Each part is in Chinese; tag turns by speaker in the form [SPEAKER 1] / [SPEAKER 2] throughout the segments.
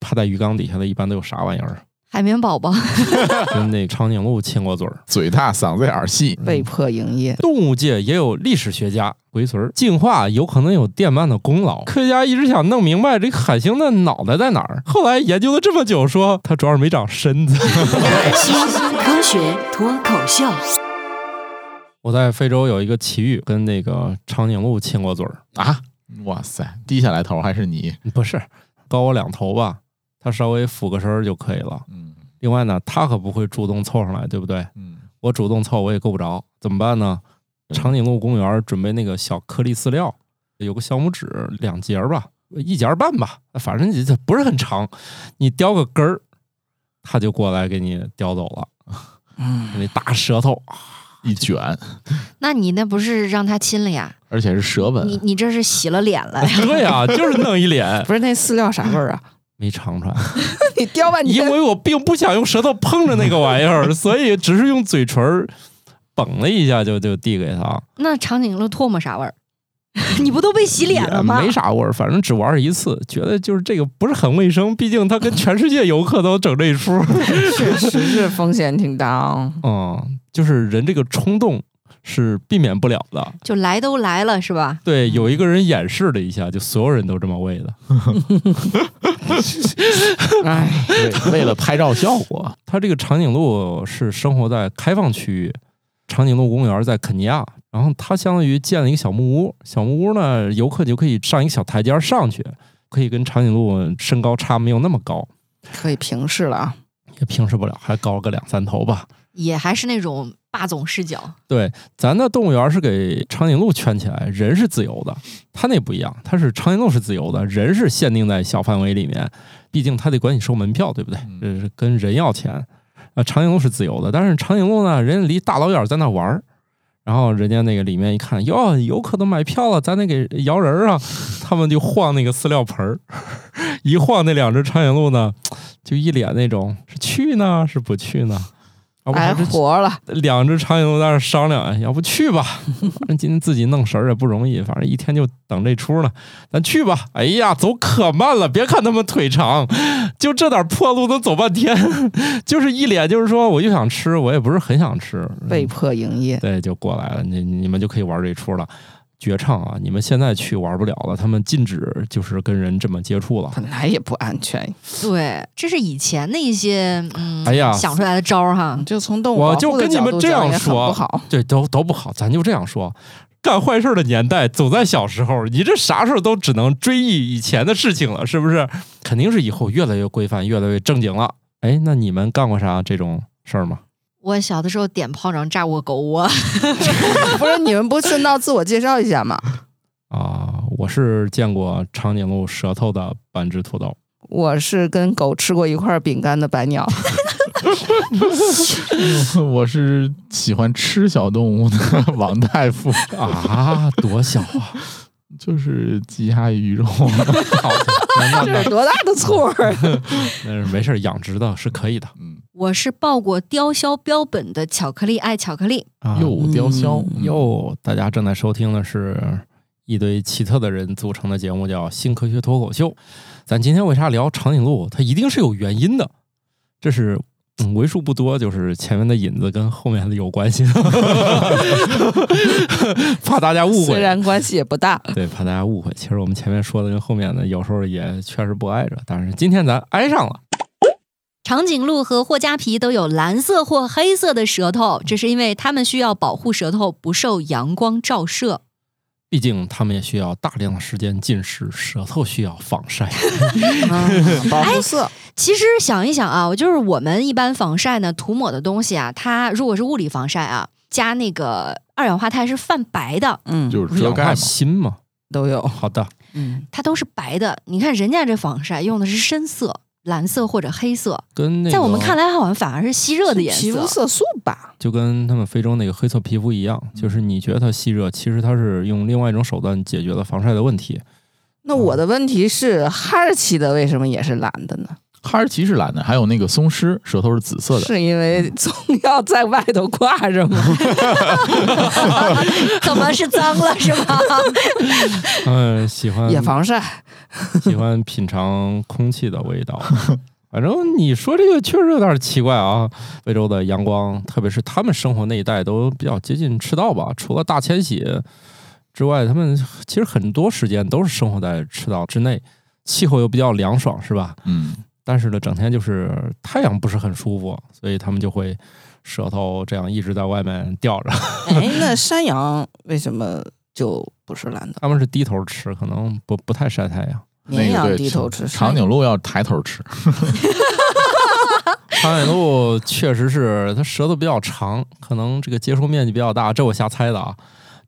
[SPEAKER 1] 趴在鱼缸底下的一般都有啥玩意儿？
[SPEAKER 2] 海绵 宝宝
[SPEAKER 1] 跟那长颈鹿亲过嘴儿。
[SPEAKER 3] 嘴大嗓子眼儿细，
[SPEAKER 4] 被迫营业，
[SPEAKER 1] 动物界也有历史学家回嘴儿，进化有可能有电鳗的功劳。科学家一直想弄明白这个海星的脑袋在哪儿，后来研究了这么久说，它主要是没长身子。
[SPEAKER 5] 新科学脱口秀，
[SPEAKER 1] 我在非洲有一个奇遇，跟那个长颈鹿亲过嘴儿，
[SPEAKER 3] 啊！哇塞，低下来头还是你，
[SPEAKER 1] 不是高我两头吧？它稍微俯个身儿就可以了。
[SPEAKER 3] 嗯
[SPEAKER 1] 另外呢，它可不会主动凑上来，对不对？
[SPEAKER 3] 嗯，
[SPEAKER 1] 我主动凑我也够不着，怎么办呢？长颈鹿公园准备那个小颗粒饲料，有个小拇指两节儿吧，一节儿半吧，反正你这不是很长，你叼个根儿，它就过来给你叼走了。那大舌头，
[SPEAKER 3] 一卷，
[SPEAKER 2] 那你那不是让他亲了呀？
[SPEAKER 3] 而且是舌
[SPEAKER 1] 呃
[SPEAKER 2] 你
[SPEAKER 3] 吻，
[SPEAKER 2] 你这是洗了脸 了呀？
[SPEAKER 1] 啊对呀、就是弄一脸，
[SPEAKER 4] 不是那饲料啥味儿啊？
[SPEAKER 1] 没尝出来，
[SPEAKER 4] 你叼半
[SPEAKER 1] 因
[SPEAKER 4] 天，
[SPEAKER 1] 为我并不想用舌头碰着那个玩意儿，所以只是用嘴唇儿绷了一下就就递给他。
[SPEAKER 2] 那长颈鹿唾沫啥味儿？ 你不都被洗脸了吗？
[SPEAKER 1] 也没啥味儿，反正只玩一次，觉得就是这个不是很卫生，毕竟他跟全世界游客都整这一出。
[SPEAKER 4] 确实是风险挺大啊。
[SPEAKER 1] 嗯，就是人这个冲动是避免不了的。
[SPEAKER 2] 就来都来了是吧？
[SPEAKER 1] 对，有一个人演示了一下，就所有人都这么喂的。
[SPEAKER 4] 哎，
[SPEAKER 3] 为为了拍照效果，
[SPEAKER 1] 它这个长颈鹿是生活在开放区域，长颈鹿公园在肯尼亚，然后它相当于建了一个小木屋，小木屋呢，游客就可以上一个小台阶儿上去，可以跟长颈鹿身高差没有那么高，
[SPEAKER 4] 可以平视了啊。
[SPEAKER 1] 也平视不了，还高个两三头吧。
[SPEAKER 2] 也还是那种霸总视角，
[SPEAKER 1] 对，咱的动物园是给长颈鹿圈起来，人是自由的，它那不一样，它是长颈鹿是自由的，人是限定在小范围里面，毕竟它得管你收门票，对不对？这是跟人要钱啊、长颈鹿是自由的，但是长颈鹿呢，人家离大老远在那玩儿，然后人家那个里面一看，哟，游客都买票了，咱得给摇人儿啊， 他们就晃那个饲料盆儿， 一晃那两只长颈鹿呢，就一脸那种是去呢是不去呢。啊要不还
[SPEAKER 4] 白
[SPEAKER 1] 是
[SPEAKER 4] 活了，
[SPEAKER 1] 两只长颈鹿在那儿商量，哎要不去吧？反正今天自己弄食儿也不容易，反正一天就等这出呢，咱去吧。哎呀，走可慢了，别看他们腿长，就这点破路能走半天， 就是一脸就是说我就想吃，我也不是很想吃，
[SPEAKER 4] 被迫营业，
[SPEAKER 1] 对，就过来了，你你们就可以玩这出了。绝唱啊！你们现在去玩不了了，他们禁止就是跟人这么接触了。
[SPEAKER 4] 本来也不安全，
[SPEAKER 2] 对，这是以前的一些嗯，
[SPEAKER 1] 哎呀
[SPEAKER 2] 想出来的招儿哈。
[SPEAKER 4] 就从动物
[SPEAKER 1] 我
[SPEAKER 4] 保
[SPEAKER 1] 就
[SPEAKER 4] 护的
[SPEAKER 1] 跟你
[SPEAKER 4] 角
[SPEAKER 1] 们
[SPEAKER 4] 度
[SPEAKER 1] 这
[SPEAKER 4] 讲
[SPEAKER 1] 样
[SPEAKER 4] 也很
[SPEAKER 1] 说
[SPEAKER 4] 不好。
[SPEAKER 1] 对，都都不好，咱就这样说。干坏事的年代总在小时候，你这啥时候都只能追忆以前的事情了，是不是？肯定是以后越来越规范，越来越正经了。哎，那你们干过啥这种事儿吗？
[SPEAKER 2] 我小的时候点炮仗炸过狗窝，
[SPEAKER 4] 不是你们不顺道自我介绍一下吗？
[SPEAKER 1] 啊，我是见过长颈鹿舌头的半只土豆。
[SPEAKER 4] 我是跟狗吃过一块饼干的白鸟，
[SPEAKER 3] 我是喜欢吃小动物的 王大夫啊，
[SPEAKER 1] 啊，多小啊！
[SPEAKER 3] 就是鸡鸭鱼 肉，
[SPEAKER 1] 好的，那
[SPEAKER 4] 这
[SPEAKER 1] 那
[SPEAKER 4] 是多大的错儿！
[SPEAKER 1] 那是没事儿，养殖的是可以的。
[SPEAKER 3] 嗯，
[SPEAKER 2] 我是抱过吊销标本的巧克力爱巧克力，
[SPEAKER 1] 啊
[SPEAKER 3] 又雕鸮，嗯
[SPEAKER 1] 哟，大家正在收听的是一堆奇特的人组成的节目，叫《新科学脱口秀》。咱今天为啥聊长颈鹿？它一定是有原因的，这是。嗯为数不多，就是前面的引子跟后面的有关系，怕大家误
[SPEAKER 4] 虽
[SPEAKER 1] 会。
[SPEAKER 4] 然关系也不 大，
[SPEAKER 1] 对，怕大家误会。其实我们前面说的跟后面的有时候也确实不挨着，但是今天咱挨上了。
[SPEAKER 2] 长颈鹿和霍加皮都有蓝色或黑色的舌头，这是因为它们需要保护舌头不受阳光照射。
[SPEAKER 1] 毕竟他们也需要大量的时间进食，舌头需要防晒。
[SPEAKER 4] 保护色
[SPEAKER 2] 其实想一想啊，我就是我们一般防晒呢，涂抹的东西啊，它如果是物理防晒啊，加那个二氧化钛是泛白的，
[SPEAKER 4] 嗯
[SPEAKER 3] 就是遮
[SPEAKER 1] 氧
[SPEAKER 3] 盖
[SPEAKER 1] 化
[SPEAKER 3] 嘛。
[SPEAKER 1] 锌嘛。
[SPEAKER 4] 都有，
[SPEAKER 1] 哦好的，
[SPEAKER 4] 嗯，
[SPEAKER 2] 它都是白的。你看人家这防晒用的是深色。蓝色或者黑色，
[SPEAKER 1] 跟那个
[SPEAKER 2] 在我们看来好像反而是吸热的颜色。
[SPEAKER 4] 皮肤色素吧，
[SPEAKER 1] 就跟他们非洲那个黑色皮肤一样，就是你觉得它吸热，其实它是用另外一种手段解 决了防晒的问题。
[SPEAKER 4] 那我的问题是，哈士奇的为什么也是蓝的呢？
[SPEAKER 3] 哈士奇是蓝的，还有那个松狮，舌头是紫色的。
[SPEAKER 4] 是因为总要在外头挂着吗？
[SPEAKER 2] 怎么是脏了是吗？
[SPEAKER 1] 嗯，喜欢
[SPEAKER 4] 也防晒，
[SPEAKER 1] 喜欢品尝空气的味 道。反正你说这个确实有点奇怪啊。非洲的阳光，特别是他们生活那一带，都比较接近赤道吧。除了大迁徙之外，他们其实很多时间都是生活在赤道之内，气候又比较凉爽，是吧？
[SPEAKER 3] 嗯，
[SPEAKER 1] 但是呢，整天就是太阳不是很舒服，所以他们就会舌头这样一直在外面吊着。
[SPEAKER 4] 哎，那山羊为什么就不是蓝的？
[SPEAKER 1] 他们是低头吃，可能不不太晒太阳。
[SPEAKER 4] 绵
[SPEAKER 3] 那
[SPEAKER 4] 羊
[SPEAKER 3] 个
[SPEAKER 4] 低
[SPEAKER 3] 对，
[SPEAKER 4] 头吃
[SPEAKER 3] 长
[SPEAKER 4] 山
[SPEAKER 3] 颈鹿要抬头吃。
[SPEAKER 1] 长颈鹿确实是它舌头比较长，可能这个接触面积比较大，这我瞎猜的啊。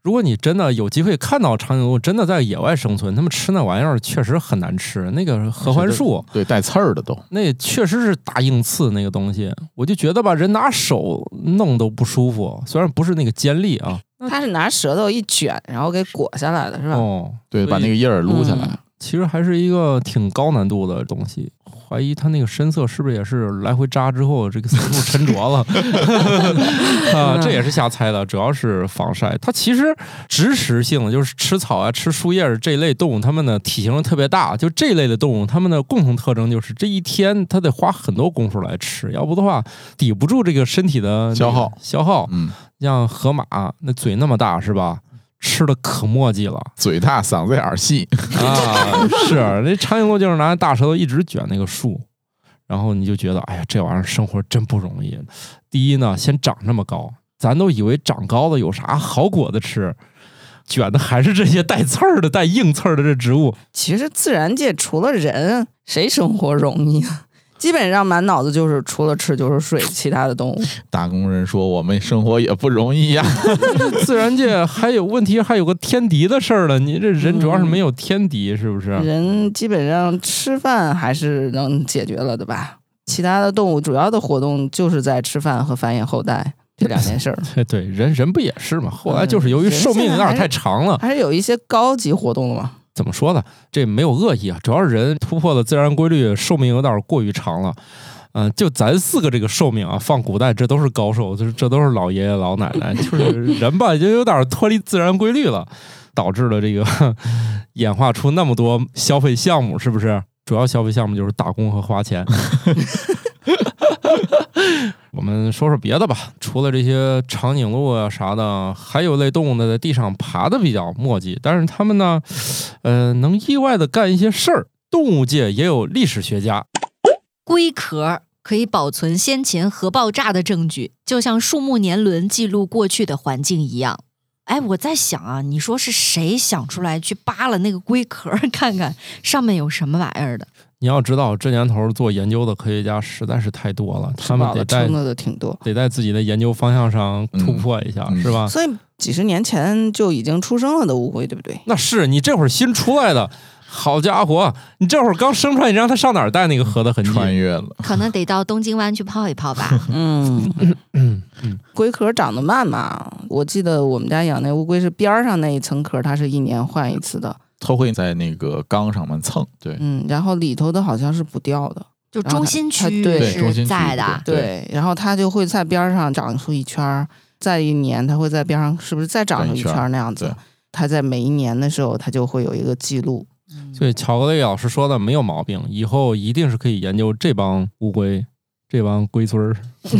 [SPEAKER 1] 如果你真的有机会看到长颈鹿真的在野外生存，它们吃那玩意儿确实很难吃，那个合欢树
[SPEAKER 3] 对，带刺儿的都。
[SPEAKER 1] 那确实是大硬刺那个东西，我就觉得吧，人拿手弄都不舒服，虽然不是那个尖利啊，
[SPEAKER 4] 它是拿舌头一卷，然后给裹下来的是吧？
[SPEAKER 1] 哦，
[SPEAKER 3] 对，把那
[SPEAKER 1] 个
[SPEAKER 3] 个叶儿撸下来。
[SPEAKER 4] 嗯
[SPEAKER 1] 其实还是一个挺高难度的东西。怀疑它那个深色是不是也是来回扎之后这个色素沉着 了？啊，
[SPEAKER 3] 嗯
[SPEAKER 1] 这也是瞎猜的，主要是防晒。它其实植食性的，就是吃草啊、吃树叶儿这类动物，它们的体型都特别大。就这类的动物，它们的共同特征就是这一天它得花很多功夫来吃，要不的话抵不住这个身体的那个
[SPEAKER 3] 消耗
[SPEAKER 1] 消耗，
[SPEAKER 3] 嗯，
[SPEAKER 1] 像河马那嘴那么大是吧？吃的可墨迹了
[SPEAKER 3] 嘴大，嗓子眼儿细。
[SPEAKER 1] 啊！是那长颈鹿就是拿大舌头一直卷那个树，然后你就觉得，哎呀，这玩意儿生活真不容易。第一呢，先长这么高，咱都以为长高了有啥好果子吃，卷的还是这些带刺儿的、带硬刺儿的这植物。
[SPEAKER 4] 其实自然界除了人，谁生活容易啊？基本上满脑子就是除了吃就是睡，其他的动物。
[SPEAKER 3] 打工人说：“我们生活也不容易 呀。
[SPEAKER 1] 自然界还有问题，还有个天敌的事儿了。你这人主要是没有天敌，是不是？啊
[SPEAKER 4] 嗯人基本上吃饭还是能解决了的吧？其他的动物主要的活动就是在吃饭和繁衍后代这两件 事儿，
[SPEAKER 1] 对对，人人不也是嘛？后来就是由于
[SPEAKER 4] 嗯人
[SPEAKER 1] 寿命有
[SPEAKER 4] 现在
[SPEAKER 1] 点
[SPEAKER 4] 还是
[SPEAKER 1] 太长了，
[SPEAKER 4] 还是有一些高级活动的嘛。
[SPEAKER 1] 怎么说呢？这没有恶意啊，主要是人突破了自然规律，寿命有点过于长了。嗯、就咱四个这个寿命啊，放古代这都是高寿，就是这都是老爷爷老奶奶，就是 人吧，就有点脱离自然规律了，导致了这个 演化出那么多消费项目，是不是？主要消费项目就是打工和花钱。 我们说说别的吧，除了这些长颈鹿啊啥的，还有类动物呢，在地上爬的比较墨迹，但是它们呢，呃，能意外的干一些事儿。动物界也有历史学家，
[SPEAKER 2] 龟壳可以保存先前核爆炸的证据，就像树木年轮记录过去的环境一样。哎，我在想啊，你说是谁想出来去扒了那个龟壳儿， 看看上面有什么玩意儿的？
[SPEAKER 1] 你要知道，这年头做研究的科学家实在是太多了，他们
[SPEAKER 4] 吃饱
[SPEAKER 1] 得
[SPEAKER 4] 了
[SPEAKER 1] 在
[SPEAKER 4] 撑的的挺多，
[SPEAKER 1] 得在自己的研究方向上突破一下，
[SPEAKER 3] 嗯
[SPEAKER 1] 是吧？
[SPEAKER 4] 所以几十年前就已经出生了的乌龟，对不对？
[SPEAKER 1] 那是你这会儿新出来的，好家伙，你这会儿刚生出来，你让它上哪儿带那个核的”痕迹？
[SPEAKER 3] 穿越了，
[SPEAKER 2] 可能得到东京湾去泡一泡吧。
[SPEAKER 4] 嗯，龟壳长得慢嘛，我记得我们家养那乌龟是边儿上那一层壳，它是一年换一次的，
[SPEAKER 3] 它会在那个缸上面蹭。对，
[SPEAKER 4] 嗯，然后里头的好像是不掉的，
[SPEAKER 2] 就
[SPEAKER 4] 然后
[SPEAKER 2] 中
[SPEAKER 4] 它
[SPEAKER 2] 心
[SPEAKER 4] 啊它
[SPEAKER 2] 区
[SPEAKER 4] 对
[SPEAKER 3] 对中
[SPEAKER 2] 是
[SPEAKER 3] 心区
[SPEAKER 2] 在的啊，，
[SPEAKER 3] 对
[SPEAKER 4] 对，然后它就会在边儿上长出一圈儿，再一年它会在边上是不是再长出一圈儿那样
[SPEAKER 3] 对
[SPEAKER 4] 子？它在每一年的时候，它就会有一个记录。
[SPEAKER 1] 所以巧克力老师说的没有毛病，以后一定是可以研究这帮乌龟、 这帮龟孙儿、 这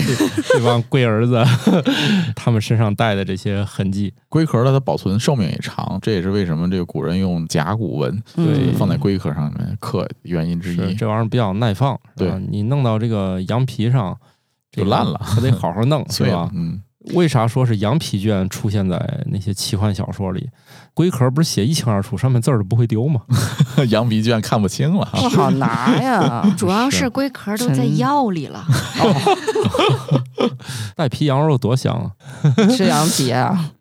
[SPEAKER 1] 这帮龟儿子 他们身上带的这些痕迹。
[SPEAKER 3] 龟壳的它保存寿命也长，这也是为什么这个古人用甲骨文
[SPEAKER 1] 对
[SPEAKER 4] 嗯，
[SPEAKER 3] 放在龟壳上面刻原因之
[SPEAKER 1] 是
[SPEAKER 3] 一。
[SPEAKER 1] 这玩意儿比较耐放，是吧
[SPEAKER 3] 对
[SPEAKER 1] 你弄到这个羊皮上
[SPEAKER 3] 就烂了
[SPEAKER 1] 可得好好 弄，是
[SPEAKER 3] 所以
[SPEAKER 1] 吧，？
[SPEAKER 3] 嗯，
[SPEAKER 1] 为啥说是羊皮卷出现在那些奇幻小说里？龟壳不是写一清二楚，上面字儿都不会丢 吗？
[SPEAKER 3] 羊皮卷看不清了。
[SPEAKER 4] 不好拿呀 哦
[SPEAKER 2] 主要
[SPEAKER 1] 是
[SPEAKER 2] 是龟壳儿都在
[SPEAKER 4] 真
[SPEAKER 2] 药里 了。
[SPEAKER 1] 带皮羊肉多香啊！
[SPEAKER 4] 吃羊皮啊，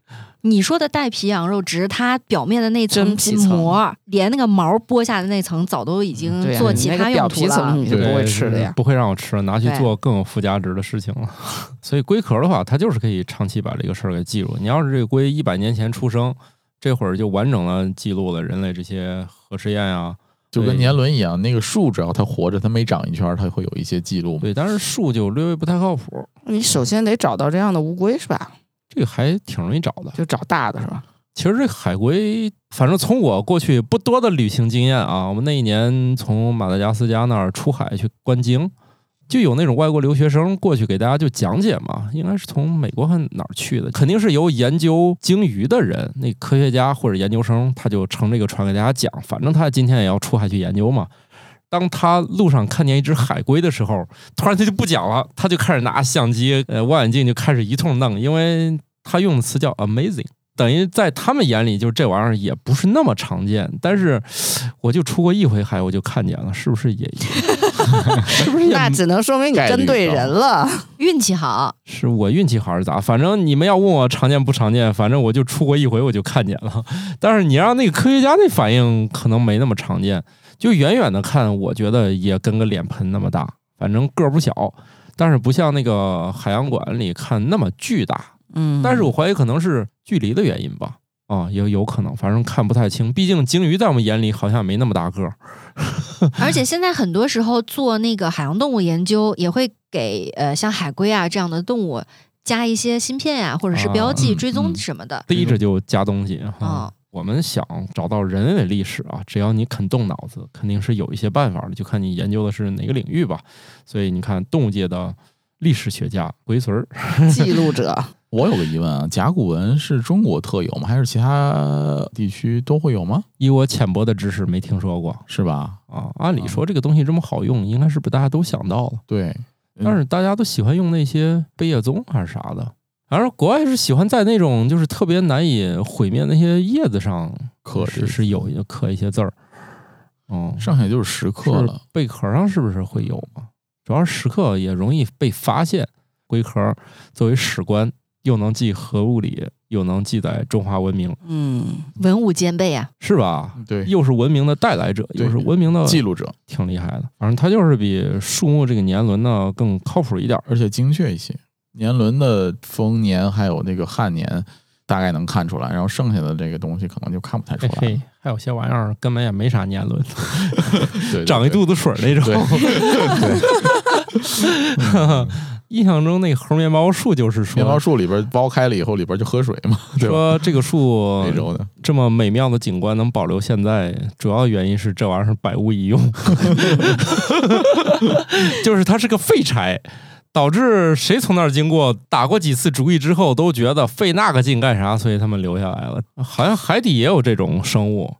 [SPEAKER 2] 你说的带皮羊肉，只是它表面的那层
[SPEAKER 4] 真
[SPEAKER 2] 皮
[SPEAKER 4] 皮层
[SPEAKER 2] 膜，连那个毛剥下的那层早都已经
[SPEAKER 4] 对啊，
[SPEAKER 2] 嗯做
[SPEAKER 4] 你
[SPEAKER 2] 其
[SPEAKER 4] 那个
[SPEAKER 2] 他
[SPEAKER 4] 表
[SPEAKER 2] 用途
[SPEAKER 4] 皮
[SPEAKER 2] 了
[SPEAKER 4] 层。你是不
[SPEAKER 1] 对
[SPEAKER 4] 会吃的呀。
[SPEAKER 1] 不会让我吃了，拿去
[SPEAKER 2] 对
[SPEAKER 1] 做更有附加值的事情了。 所以龟壳的话，它就是可以长期把这个事儿给记住。你要是这个龟一百年前出生，这会儿就完整的记录了人类这些核试验啊、
[SPEAKER 3] 就跟
[SPEAKER 1] 对
[SPEAKER 3] 年轮一样，那个树只要它活着，它每长一圈儿，它会有一些记录嘛。
[SPEAKER 1] 对，但是树就略微不太靠谱，
[SPEAKER 4] 你首先得找到这样的乌龟是吧？
[SPEAKER 1] 这个还挺容易找的。
[SPEAKER 4] 就找大的是吧？
[SPEAKER 1] 其实这海龟，反正从我过去不多的旅行经验啊，我们那一年从马达加斯加那儿出海去观鲸，就有那种外国留学生过去给大家就讲解嘛，应该是从美国还是哪儿去的，肯定是由研究鲸鱼的人，那科学家或者研究生，他就乘这个船给大家讲，反正他今天也要出海去研究嘛。当他路上看见一只海龟的时候，突然他就不讲了，他就开始拿相机、呃望远镜就开始一通弄，因为他用的词叫 amazing。等于在他们眼里，就是这玩意儿也不是那么常见。但是，我就出过一回海，我就看见了，是不是也？是 不是也
[SPEAKER 4] 那只能说明你
[SPEAKER 3] 概率
[SPEAKER 4] 真对
[SPEAKER 3] 高
[SPEAKER 4] 人了。
[SPEAKER 2] 运气好，
[SPEAKER 1] 是我运气好还是咋？反正你们要问我常见不常见，反正我就出过一回，我就看见了。但是你让那个科学家那反应可能没那么常见，就远远的看，我觉得也跟个脸盆那么大，反正个儿不小，但是不像那个海洋馆里看那么巨大。
[SPEAKER 4] 嗯，
[SPEAKER 1] 但是我怀疑可能是距离的原因吧，啊，也有可能，反正看不太清。毕竟鲸鱼在我们眼里好像没那么大个儿，
[SPEAKER 2] 而且现在很多时候做那个海洋动物研究，也会给呃像海龟啊这样的动物加一些芯片呀、或者是标记、
[SPEAKER 3] 嗯
[SPEAKER 2] 追踪
[SPEAKER 3] 嗯
[SPEAKER 2] 什么的。
[SPEAKER 1] 逮着就加东西啊。
[SPEAKER 2] 哦
[SPEAKER 1] 我们想找到人类历史啊，只要你肯动脑子，肯定是有一些办法的，就看你研究的是哪个领域吧。所以你看，动物界的历史学家龟孙儿，
[SPEAKER 4] 记录者，
[SPEAKER 3] 我有个疑问啊，甲骨文是中国特有吗？还是其他地区都会有吗？
[SPEAKER 1] 以我浅薄的知识没听说过
[SPEAKER 3] 是吧？
[SPEAKER 1] 啊。按理说这个东西这么好用，应该是被大家都想到了。
[SPEAKER 3] 对，
[SPEAKER 1] 但是大家都喜欢用那些贝叶棕还是啥的，反正国外是喜欢在那种就是特别难以毁灭那些叶子上
[SPEAKER 3] 刻
[SPEAKER 1] 是是有一刻一些字儿，嗯，
[SPEAKER 3] 上海就是石刻
[SPEAKER 1] 是
[SPEAKER 3] 了，
[SPEAKER 1] 贝壳上是不是会有嘛？主要是石刻也容易被发现，龟壳作为史官又能记核物理，又能记载中华文明，
[SPEAKER 4] 嗯，
[SPEAKER 2] 文武兼备啊，
[SPEAKER 1] 是吧？
[SPEAKER 3] 嗯对，
[SPEAKER 1] 又是文明的带来者，
[SPEAKER 3] 对
[SPEAKER 1] 又是文明的，
[SPEAKER 3] 记录者，
[SPEAKER 1] 挺厉害的。反正它就是比树木这个年轮呢更靠谱一点儿。
[SPEAKER 3] 而且精确一些。年轮的丰年还有那个汉年，大概能看出来，然后剩下的这个东西可能就看不太出
[SPEAKER 1] 嘿
[SPEAKER 3] 来。
[SPEAKER 1] 嘿，还有些玩意儿根本也没啥年轮，
[SPEAKER 3] 对对，
[SPEAKER 1] 长一
[SPEAKER 3] 对
[SPEAKER 1] 肚子水儿那
[SPEAKER 3] 对
[SPEAKER 1] 种。
[SPEAKER 3] 对，
[SPEAKER 1] 印象中那猴面包树就是
[SPEAKER 3] 嗯面包
[SPEAKER 1] 说，
[SPEAKER 3] 树里边剥开了以后，里边就喝水嘛，对吧？
[SPEAKER 1] 说这个树
[SPEAKER 3] 那种的，
[SPEAKER 1] 这么美妙的景观能保留现在，主要原因是这玩意儿百无一用，就是它是个废柴。导致谁从那儿经过，打过几次主意之后，都觉得费那个劲干啥，所以他们留下来了。好像海底也有这种生物，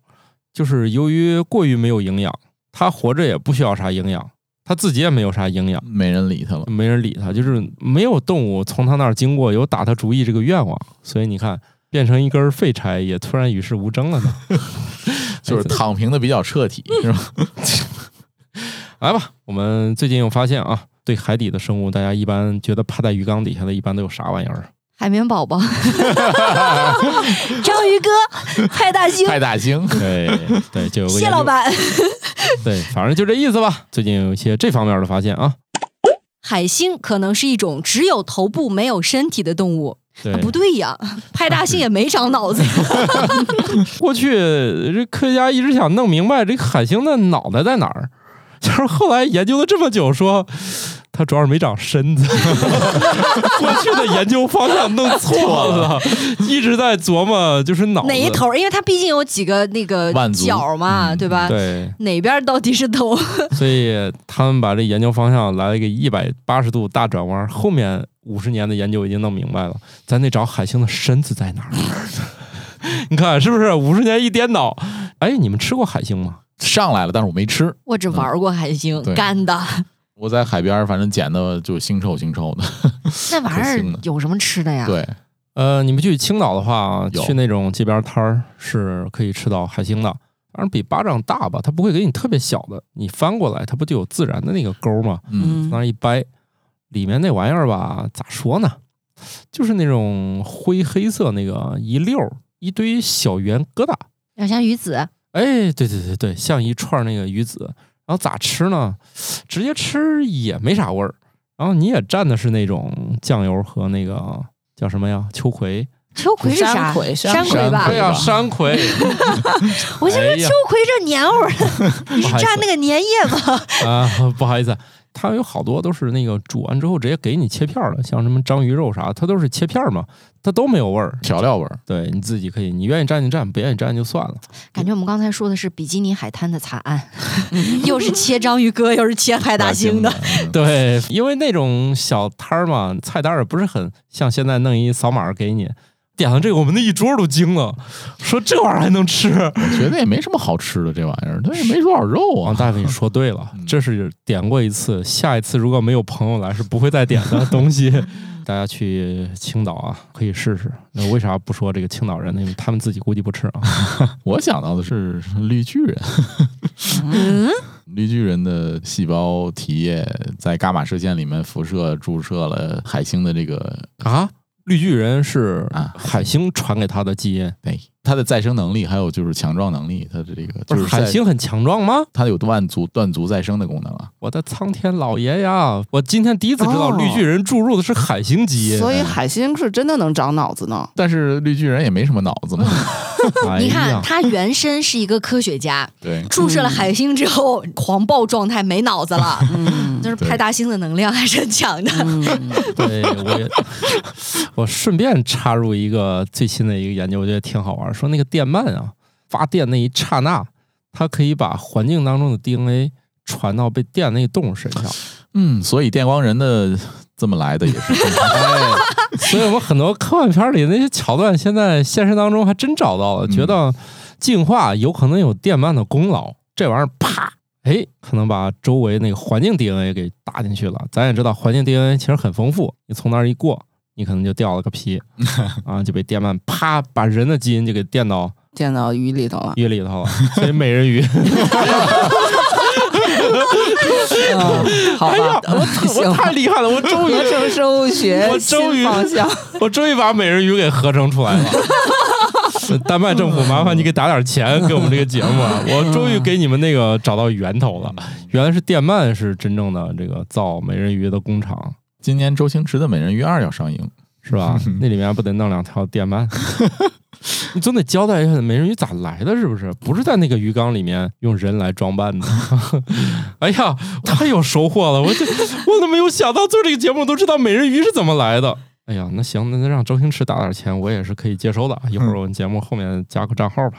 [SPEAKER 1] 就是由于过于没有营养，它活着也不需要啥营养，它自己也没有啥营养，
[SPEAKER 3] 没人理他了。
[SPEAKER 1] 没人理它，就是没有动物从它那儿经过有打它主意这个愿望，所以你看变成一根废柴也突然与世无争了呢。
[SPEAKER 3] 就是躺平的比较彻底，是吧？
[SPEAKER 1] 来吧，我们最近又发现啊，对海底的生物，大家一般觉得趴在鱼缸底下的，一般都有啥玩意儿？啊
[SPEAKER 2] 海绵宝 宝、章鱼哥、派大星、
[SPEAKER 3] 派大星，
[SPEAKER 1] 对对，就有个
[SPEAKER 2] 蟹
[SPEAKER 1] 研究
[SPEAKER 2] 老，板、
[SPEAKER 1] 对，反正就这意思吧。最近有一些这方面的发现啊，
[SPEAKER 2] 海星可能是一种只有头部没有身体的动物。
[SPEAKER 1] 对，
[SPEAKER 2] 啊不对呀，派大星也没长脑 子呀。
[SPEAKER 1] 过去这科学家一直想弄明白这个海星的脑袋在哪儿，就是后来研究了这么久说，它主要是没长身子。 过去的研究方向弄错了，一直在琢磨就是脑子
[SPEAKER 2] 哪一。头儿？因为它毕竟有几个那个
[SPEAKER 3] 腕足
[SPEAKER 2] 角嘛，
[SPEAKER 3] 嗯
[SPEAKER 2] 对吧？
[SPEAKER 1] 对，
[SPEAKER 2] 哪边儿到底是头？
[SPEAKER 1] 所以他们把这研究方向来了一个一百八十度大转弯，后面五十年的研究已经弄明白了，咱得找海星的身子在哪儿。 你看是不是五十年一颠倒？哎，你们吃过海星吗？
[SPEAKER 3] 上来了，但是我没吃。
[SPEAKER 2] 我只玩过海星，
[SPEAKER 3] 对
[SPEAKER 2] 干的
[SPEAKER 3] 我在海边，反正捡的就腥臭腥臭的。
[SPEAKER 2] 那玩意
[SPEAKER 3] 可腥
[SPEAKER 2] 儿
[SPEAKER 3] 了
[SPEAKER 2] 有什么吃的呀？
[SPEAKER 3] 对，
[SPEAKER 1] 呃，你们去青岛的话，
[SPEAKER 3] 有
[SPEAKER 1] 去那种街边摊儿是可以吃到海星的，当然比巴掌大吧，它不会给你特别小的，你翻过来它不就有自然的那个钩吗？
[SPEAKER 3] 嗯，
[SPEAKER 1] 往那儿一掰，里面那玩意儿吧，咋说呢？就是那种灰黑色那个一溜儿一堆小圆疙瘩，
[SPEAKER 2] 有像鱼子，
[SPEAKER 1] 哎，对对对对，像一串那个鱼子，然后咋吃呢？直接吃也没啥味儿，然后你也蘸的是那种酱油和那个叫什么呀，秋葵。
[SPEAKER 2] 秋葵是啥？
[SPEAKER 4] 山葵山
[SPEAKER 2] 山葵
[SPEAKER 3] 葵
[SPEAKER 2] 吧
[SPEAKER 1] 对。呀、山 葵，
[SPEAKER 2] 我先说
[SPEAKER 1] 哎呀
[SPEAKER 2] 秋葵这黏糊的，你是
[SPEAKER 1] 不好意思
[SPEAKER 2] 蘸那个粘液吗？
[SPEAKER 1] 啊， 不好意思，它有好多都是那个煮完之后直接给你切片儿的，像什么章鱼肉啥，它都是切片儿嘛，它都没有味儿。
[SPEAKER 3] 调料味儿，
[SPEAKER 1] 对，你自己可以，你愿意蘸就蘸，不愿意蘸就算了。
[SPEAKER 2] 感觉我们刚才说的是比基尼海滩的惨案， 又是切章鱼哥，又是切派大星的。
[SPEAKER 3] 嗯
[SPEAKER 1] 对，因为那种小摊儿嘛，菜单儿也不是很像现在弄一扫码儿给你。点了这个，我们那一桌都惊了，说这玩意儿还能吃？
[SPEAKER 3] 我觉得也没什么好吃的这玩意儿，它也没多少肉
[SPEAKER 1] 王
[SPEAKER 3] 啊。
[SPEAKER 1] 大夫，你说对了
[SPEAKER 3] 嗯，
[SPEAKER 1] 这是点过一次，下一次如果没有朋友来，是不会再点 的东西。大家去青岛啊，可以试试。那为啥不说这个青岛人呢？他们自己估计不吃啊。
[SPEAKER 3] 我想到的是 绿巨人，
[SPEAKER 2] 嗯，
[SPEAKER 3] 绿巨人的细胞体液在伽马射线里面辐射注射了海星的这个
[SPEAKER 1] 啊， 绿巨人是
[SPEAKER 3] 啊
[SPEAKER 1] 海星传给他的基因，
[SPEAKER 3] 哎，它的再生能力还有就是强壮能力，它的这个
[SPEAKER 1] 不
[SPEAKER 3] 就是是
[SPEAKER 1] 海
[SPEAKER 3] 在
[SPEAKER 1] 星很强壮吗？
[SPEAKER 3] 它有断足断足再生的功能啊。
[SPEAKER 1] 我的苍天老爷呀！我今天第一次知道
[SPEAKER 4] 哦
[SPEAKER 1] 绿巨人注入的是海星基因。
[SPEAKER 4] 所以海星是真的能长脑子呢。
[SPEAKER 3] 但是绿巨人也没什么脑 子嘛，
[SPEAKER 1] 哎
[SPEAKER 2] 你
[SPEAKER 1] 呀嗯
[SPEAKER 2] 看，他原身是一个科学家，
[SPEAKER 3] 对，
[SPEAKER 2] 注射了海星之后，狂暴状态没脑子了，
[SPEAKER 4] 嗯
[SPEAKER 2] 就是派大星的能量还是很强的。
[SPEAKER 4] 嗯，
[SPEAKER 1] 对，我也，我顺便插入一个最新的一个研究，我觉得挺好玩儿。说那个电鳗啊，发电那一刹那，它可以把环境当中的 DNA 传到被电那个动物身上。
[SPEAKER 3] 嗯，所以电光人的这么来的也是正常
[SPEAKER 1] 哎，所以我们很多科幻片里那些桥段，现在现实当中还真找到了，觉得进化有可能有电鳗的功劳。这玩意儿啪，哎，可能把周围那个环境 DNA 给打进去了。咱也知道环境 DNA 其实很丰富，你从那儿一过，你可能就掉了个皮啊，就被电鳗啪把人的基因就给电到
[SPEAKER 4] 见到鱼里头 了。
[SPEAKER 1] 鱼里头了。所以美人鱼，
[SPEAKER 4] 嗯，好吧，
[SPEAKER 1] 我
[SPEAKER 4] 行，
[SPEAKER 1] 太厉害了，我终于
[SPEAKER 4] 合成生物学
[SPEAKER 1] 我终于
[SPEAKER 4] 新方向。
[SPEAKER 1] 我终于把美人鱼给合成出来了。丹麦政府，麻烦你给打点钱给我们这个节目啊，我终于给你们那个找到源头了。原来是电鳗是真正的这个造美人鱼的工厂，
[SPEAKER 3] 今年周星驰的《美人鱼二》要上映，
[SPEAKER 1] 是 吧？那里面不得弄两条电鳗？ 你总得交代一下美人鱼咋来的，是不是？不是在那个鱼缸里面用人来装扮的。 哎呀，太有收获了！我这我都没有想到做这个节目都知道美人鱼是怎么来的。哎呀，那行，那那让周星驰打点钱，我也是可以接收的。一会儿我们节目后面加个账号吧，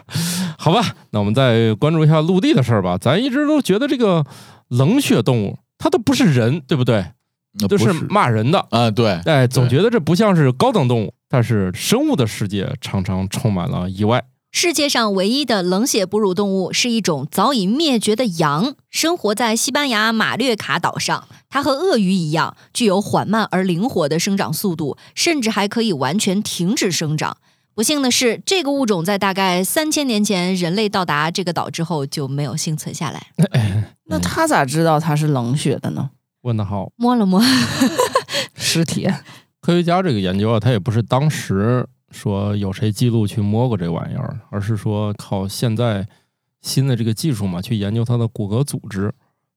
[SPEAKER 1] 好吧？那我们再关注一下陆地的事儿吧。咱一直都觉得这个冷血动物它都不是人，对不对？
[SPEAKER 3] 呃
[SPEAKER 1] 都
[SPEAKER 3] 不
[SPEAKER 1] 是
[SPEAKER 3] 是
[SPEAKER 1] 骂人的。
[SPEAKER 3] 啊，对，
[SPEAKER 1] 哎，总
[SPEAKER 3] 对
[SPEAKER 1] 觉得这不像是高等动物，但是生物的世界常常充满了意外。
[SPEAKER 2] 世界上唯一的冷血哺乳动物是一种早已灭绝的羊，生活在西班牙马略卡岛上。它和鳄鱼一样，具有缓慢而灵活的生长速度，甚至还可以完全停止生长。不幸的是，这个物种在大概三千年前人类到达这个岛之后就没有幸存下来。
[SPEAKER 4] 那他咋知道他是冷血的呢？
[SPEAKER 1] 问的好，
[SPEAKER 2] 摸了摸，
[SPEAKER 4] 尸体，
[SPEAKER 1] 科学家这个研究啊，他也不是当时说有谁记录去摸过这玩意儿，而是说靠现在新的这个技术嘛，去研究它的骨骼组织，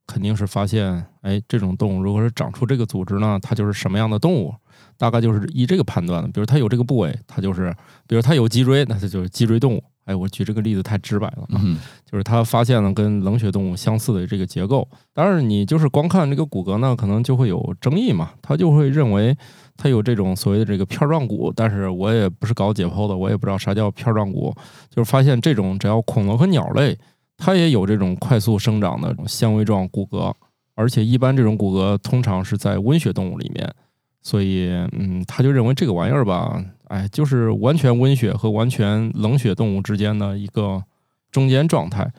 [SPEAKER 1] 肯定是发现，哎，这种动物如果是长出这个组织呢，它就是什么样的动物，大概就是依这个判断的。比如它有这个部位，它就是；比如它有脊椎，那它就是脊椎动物。哎，我举这个例子太直白了啊。
[SPEAKER 3] 嗯，
[SPEAKER 1] 就是他发现了跟冷血动物相似的这个结构。当然，你就是光看这个骨骼呢，可能就会有争议嘛。他就会认为它有这种所谓的这个片状骨，但是我也不是搞解剖的，我也不知道啥叫片状骨。就是发现这种只要恐龙和鸟类，它也有这种快速生长的纤维状骨骼，而且一般这种骨骼通常是在温血动物里面。所以，嗯，他就认为这个玩意儿吧，哎，就是完全温血和完全冷血动物之间的一个中间状态。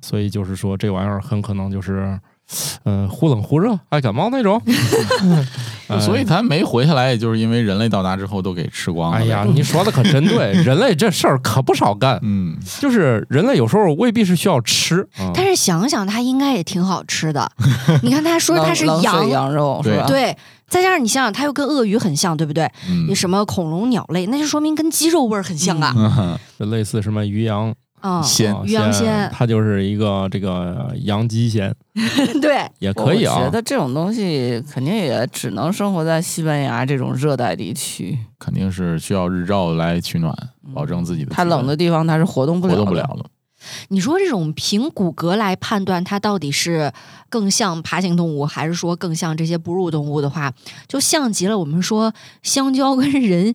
[SPEAKER 1] 所以就是说，这玩意儿很可能就是，呃，忽冷忽热，爱感冒那种。呃
[SPEAKER 3] 嗯所以它没活下来，也就是因为人类到达之后都给吃光了。
[SPEAKER 1] 哎呀，，你说的可真对，人类这事儿可不少干，
[SPEAKER 3] 嗯，
[SPEAKER 1] 就是人类有时候未必是需要吃，啊
[SPEAKER 2] 但是想想它应该也挺好吃的。你看他说它
[SPEAKER 4] 冷
[SPEAKER 2] 是
[SPEAKER 4] 冷
[SPEAKER 2] 羊
[SPEAKER 4] 水，羊啊肉是吧？
[SPEAKER 2] 对，再加上你想想它又跟鳄鱼很像，对不对？
[SPEAKER 3] 嗯
[SPEAKER 2] 有什么恐龙、鸟类，那就说明跟鸡肉味儿很像啊。
[SPEAKER 1] 就类似什么鱼羊
[SPEAKER 2] 嗯，
[SPEAKER 3] 鲜
[SPEAKER 1] 啊
[SPEAKER 2] 鸳鸯鲜
[SPEAKER 1] 它就是一个这个洋鸡鲜，
[SPEAKER 2] 对，
[SPEAKER 1] 也
[SPEAKER 4] 我
[SPEAKER 1] 可以
[SPEAKER 4] 我觉
[SPEAKER 1] 啊。
[SPEAKER 4] 得这种东西肯定也只能生活在西班牙这种热带地区，
[SPEAKER 3] 嗯肯定是需要日照来取暖，保证自己的
[SPEAKER 4] 它冷的
[SPEAKER 3] 的
[SPEAKER 4] 地方它是活动不了
[SPEAKER 3] 活
[SPEAKER 4] 的，
[SPEAKER 3] 动不了了。
[SPEAKER 2] 你说这种凭骨骼来判断它到底是更像爬行动物，还是说更像这些哺乳动物的话，就像极了我们说香蕉跟人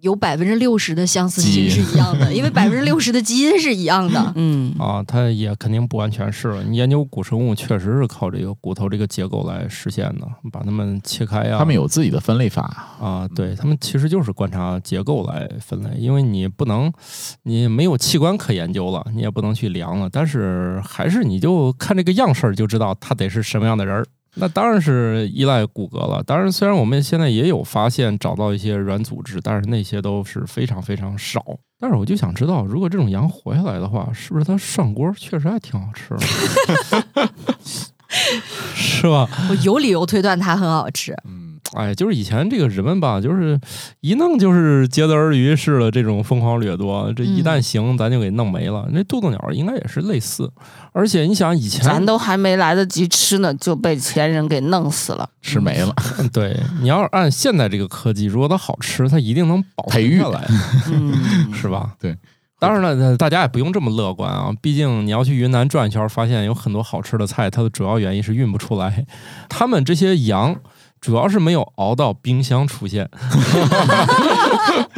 [SPEAKER 2] 有百分之六十的相似性
[SPEAKER 3] 基因
[SPEAKER 2] 是一样的，因为百分之六十的基因是一样的。
[SPEAKER 4] 嗯，
[SPEAKER 1] 啊，它也肯定不完全是了。你研究古生物确实是靠这个骨头这个结构来实现的，把它们切开啊呀、
[SPEAKER 3] 他们有自己的分类法，
[SPEAKER 1] 啊，对他们其实就是观察结构来分类，因为你不能，你没有器官可研究了，你也不能去量了，但是还是你就看这个样式儿就知道他得是什么样的人儿。那当然是依赖骨骼了。当然，虽然我们现在也有发现找到一些软组织，但是那些都是非常非常少。但是我就想知道，如果这种羊活下来的话，是不是它涮锅确实还挺好吃的 是吧？
[SPEAKER 2] 我有理由推断它很好吃。
[SPEAKER 3] 嗯，
[SPEAKER 1] 哎，就是以前这个人们吧，就是一弄就是竭泽而渔式的这种疯狂掠夺，这一
[SPEAKER 4] 嗯
[SPEAKER 1] 旦行，咱就给弄没了。那渡渡鸟应该也是类似，而且你想以前
[SPEAKER 4] 咱都还没来得及吃呢，就被前人给弄死了。
[SPEAKER 3] 吃没了，
[SPEAKER 1] 对，你要是按现在这个科技，如果它好吃，它一定能保
[SPEAKER 3] 培育
[SPEAKER 1] 存下来，
[SPEAKER 4] 嗯，
[SPEAKER 1] 是吧？
[SPEAKER 3] 对。
[SPEAKER 1] 当然了，大家也不用这么乐观啊。毕竟你要去云南转一圈，发现有很多好吃的菜，它的主要原因是运不出来。他们这些羊主要是没有熬到冰箱出现，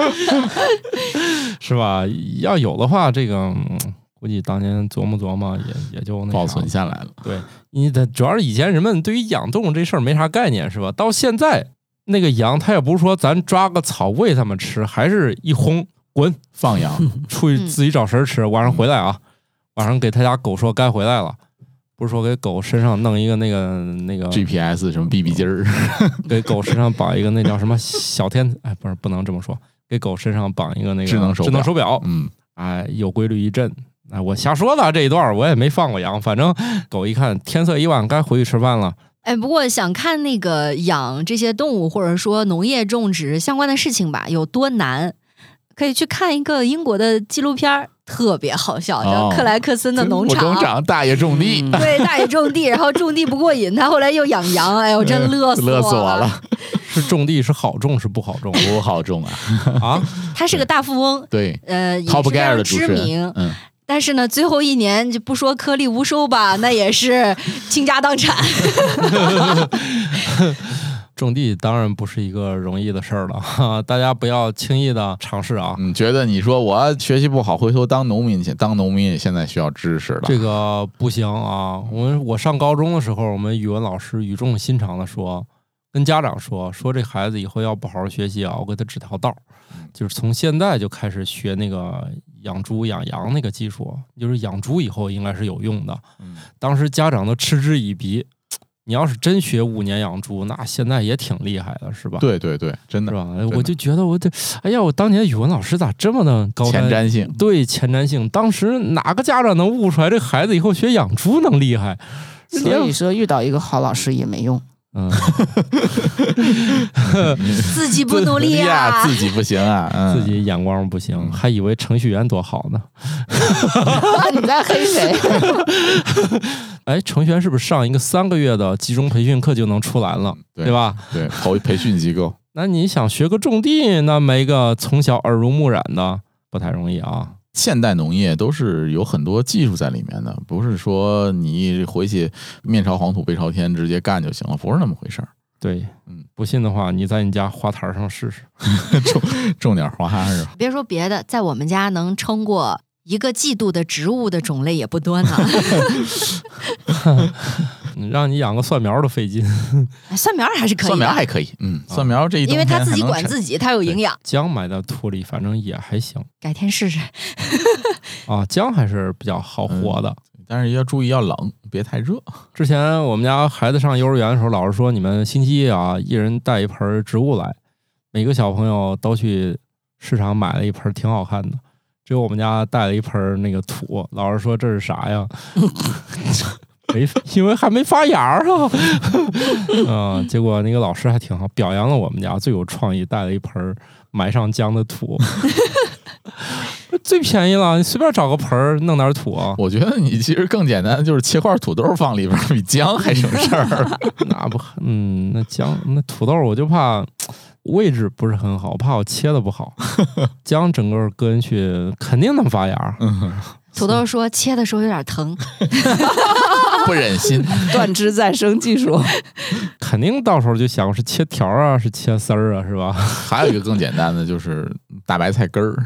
[SPEAKER 1] 是吧？要有的话，这个、嗯估计当年琢磨琢磨也也就那啥
[SPEAKER 3] 保
[SPEAKER 1] 了
[SPEAKER 3] 存下来了。
[SPEAKER 1] 对你的主要是以前人们对于养动物这事儿没啥概念，是吧？到现在那个羊，它也不是说咱抓个草喂它们吃，还是一轰滚
[SPEAKER 3] 放羊，
[SPEAKER 1] 出去自己找食儿吃，晚上回来啊，晚上给他家狗说该回来了，不是说给狗身上弄一个那个那个，
[SPEAKER 3] GPS 什么 BB 机儿，
[SPEAKER 1] 给狗身上绑一个那叫什么 小天，哎，不是不能这么说，给狗身上绑一个那个
[SPEAKER 3] 智能手
[SPEAKER 1] 智能
[SPEAKER 3] 表
[SPEAKER 1] 手表，
[SPEAKER 3] 嗯，
[SPEAKER 1] 哎，有规律一阵。哎，我瞎说的这一段儿我也没放过羊，反正狗一看天色已晚，该回去吃饭了。
[SPEAKER 2] 哎，不过想看那个养这些动物或者说农业种植相关的事情吧，有多难，可以去看一个英国的纪录片儿，特别好笑，叫
[SPEAKER 3] 哦
[SPEAKER 2] 《克莱克森的农场》。
[SPEAKER 3] 农场大爷种地，
[SPEAKER 4] 嗯
[SPEAKER 2] 对，大爷种地，然后种地不过瘾，他后来又养羊，哎呦，真乐死
[SPEAKER 3] 嗯乐死
[SPEAKER 2] 我
[SPEAKER 3] 我了！，
[SPEAKER 1] 是种地是好种是不好种
[SPEAKER 3] 不好种啊，
[SPEAKER 1] 啊？
[SPEAKER 2] 他是个大富翁，
[SPEAKER 3] 对
[SPEAKER 2] 呃，也
[SPEAKER 3] ，Top
[SPEAKER 2] 是非
[SPEAKER 3] Gear
[SPEAKER 2] 常
[SPEAKER 3] 的主
[SPEAKER 2] 知
[SPEAKER 3] 持
[SPEAKER 2] 名
[SPEAKER 3] 人，，嗯，
[SPEAKER 2] 但是呢，最后一年就不说颗粒无收吧，那也是倾家荡产。
[SPEAKER 1] 种地当然不是一个容易的事儿了， 哈，大家不要轻易的尝试啊。
[SPEAKER 3] 你觉得你说我学习不好，回头当农民去，当农民现在需要知识了，
[SPEAKER 1] 这个不行啊！我我上高中的时候，我们语文老师语重心长的说，跟家长说，说这孩子以后要不好好学习啊，我给他指条道儿，
[SPEAKER 3] 嗯
[SPEAKER 1] 就是从现在就开始学那个养猪养羊那个技术，就是养猪以后应该是有用的。
[SPEAKER 3] 嗯
[SPEAKER 1] 当时家长都嗤之以鼻，你要是真学五年养猪，那现在也挺厉害的，是吧？
[SPEAKER 3] 对对对，真
[SPEAKER 1] 是
[SPEAKER 3] 的
[SPEAKER 1] 吧？
[SPEAKER 3] 的
[SPEAKER 1] 我就觉得我这，哎呀，我当年语文老师咋这么的高
[SPEAKER 3] 前
[SPEAKER 1] 瞻
[SPEAKER 3] 瞻性，
[SPEAKER 1] 对前瞻性，当时哪个家长能悟出来这孩子以后学养猪能厉害？
[SPEAKER 4] 所以说遇到一个好老师也没用。
[SPEAKER 1] 嗯，
[SPEAKER 2] 自己不努 力啊，
[SPEAKER 3] 哎自己不行啊，嗯
[SPEAKER 1] 自己眼光不行，还以为程序员多好呢。
[SPEAKER 4] 你在黑谁？
[SPEAKER 1] 哎，程序员是不是上一个三个月的集中培训课就能出来了，
[SPEAKER 3] 嗯对
[SPEAKER 1] 对吧？
[SPEAKER 3] 对投培训机构，
[SPEAKER 1] 那你想学个种地，那没个从小耳濡目染的，不太容易啊。
[SPEAKER 3] 现代农业都是有很多技术在里面的，不是说你回去面朝黄土背朝天直接干就行了，不是那么回事儿。
[SPEAKER 1] 对，
[SPEAKER 3] 嗯
[SPEAKER 1] 不信的话，你在你家花坛上试试。
[SPEAKER 3] 种点花是吧？
[SPEAKER 2] 别说别的，在我们家能撑过一个季度的植物的种类也不多呢。
[SPEAKER 1] 嗯让你养个蒜苗都费劲。
[SPEAKER 2] 哎蒜苗还是可以的，
[SPEAKER 3] 蒜苗还可以，嗯，蒜苗这一
[SPEAKER 2] 因为他自己管
[SPEAKER 3] 己，
[SPEAKER 2] 自己，他有营养，
[SPEAKER 1] 姜埋到土里，反正也还行
[SPEAKER 2] 改天试试。
[SPEAKER 1] 啊。姜还是比较好活
[SPEAKER 3] 嗯
[SPEAKER 1] 的。
[SPEAKER 3] 但是要注意要冷，别太热。
[SPEAKER 1] 之前我们家孩子上幼儿园的时候，老师说你们星期一啊，一人带一盆植物来，每个小朋友都去市场买了一盆，挺好看的。只有我们家带了一盆那个土，老师说这是啥呀？没，因为还没发芽 儿啊。嗯，结果那个老师还挺好，表扬了我们家最有创意，带了一盆埋上姜的土。 最便宜了，你随便找个盆儿弄点土啊，
[SPEAKER 3] 我觉得你其实更简单，就是切块土豆放里边儿比姜还省事儿。
[SPEAKER 1] 那不嗯，那姜那土豆我就怕位置不是很好，我怕我切的不好，姜整个搁进去肯定能发芽。
[SPEAKER 2] 土豆说切的时候有点疼，
[SPEAKER 3] 不忍心。
[SPEAKER 4] 断枝再生技术，
[SPEAKER 1] 肯定到时候就想是切条啊，是切丝儿啊，是吧？
[SPEAKER 3] 还有一个更简单的就是大白菜根儿，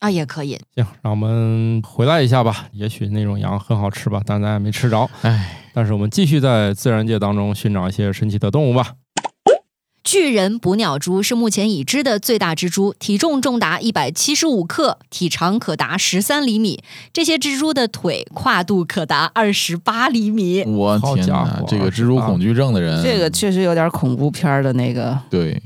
[SPEAKER 2] 啊，也可以。
[SPEAKER 1] 行，让我们回来一下吧。也许那种羊很好吃吧，但咱也没吃着。
[SPEAKER 3] 哎，
[SPEAKER 1] 但是我们继续在自然界当中寻找一些神奇的动物吧。
[SPEAKER 2] 巨人捕鸟蛛是目前已知的最大蜘蛛，体重重达一百七十五克，体长可达十三厘米。这些蜘蛛的腿跨度可达二十八厘米。
[SPEAKER 3] 我
[SPEAKER 1] 好
[SPEAKER 3] 天
[SPEAKER 1] 家
[SPEAKER 3] 哪
[SPEAKER 1] 伙，
[SPEAKER 3] 这个蜘蛛恐惧症的人，
[SPEAKER 4] 这个确实有点恐怖片儿的那个。
[SPEAKER 3] 对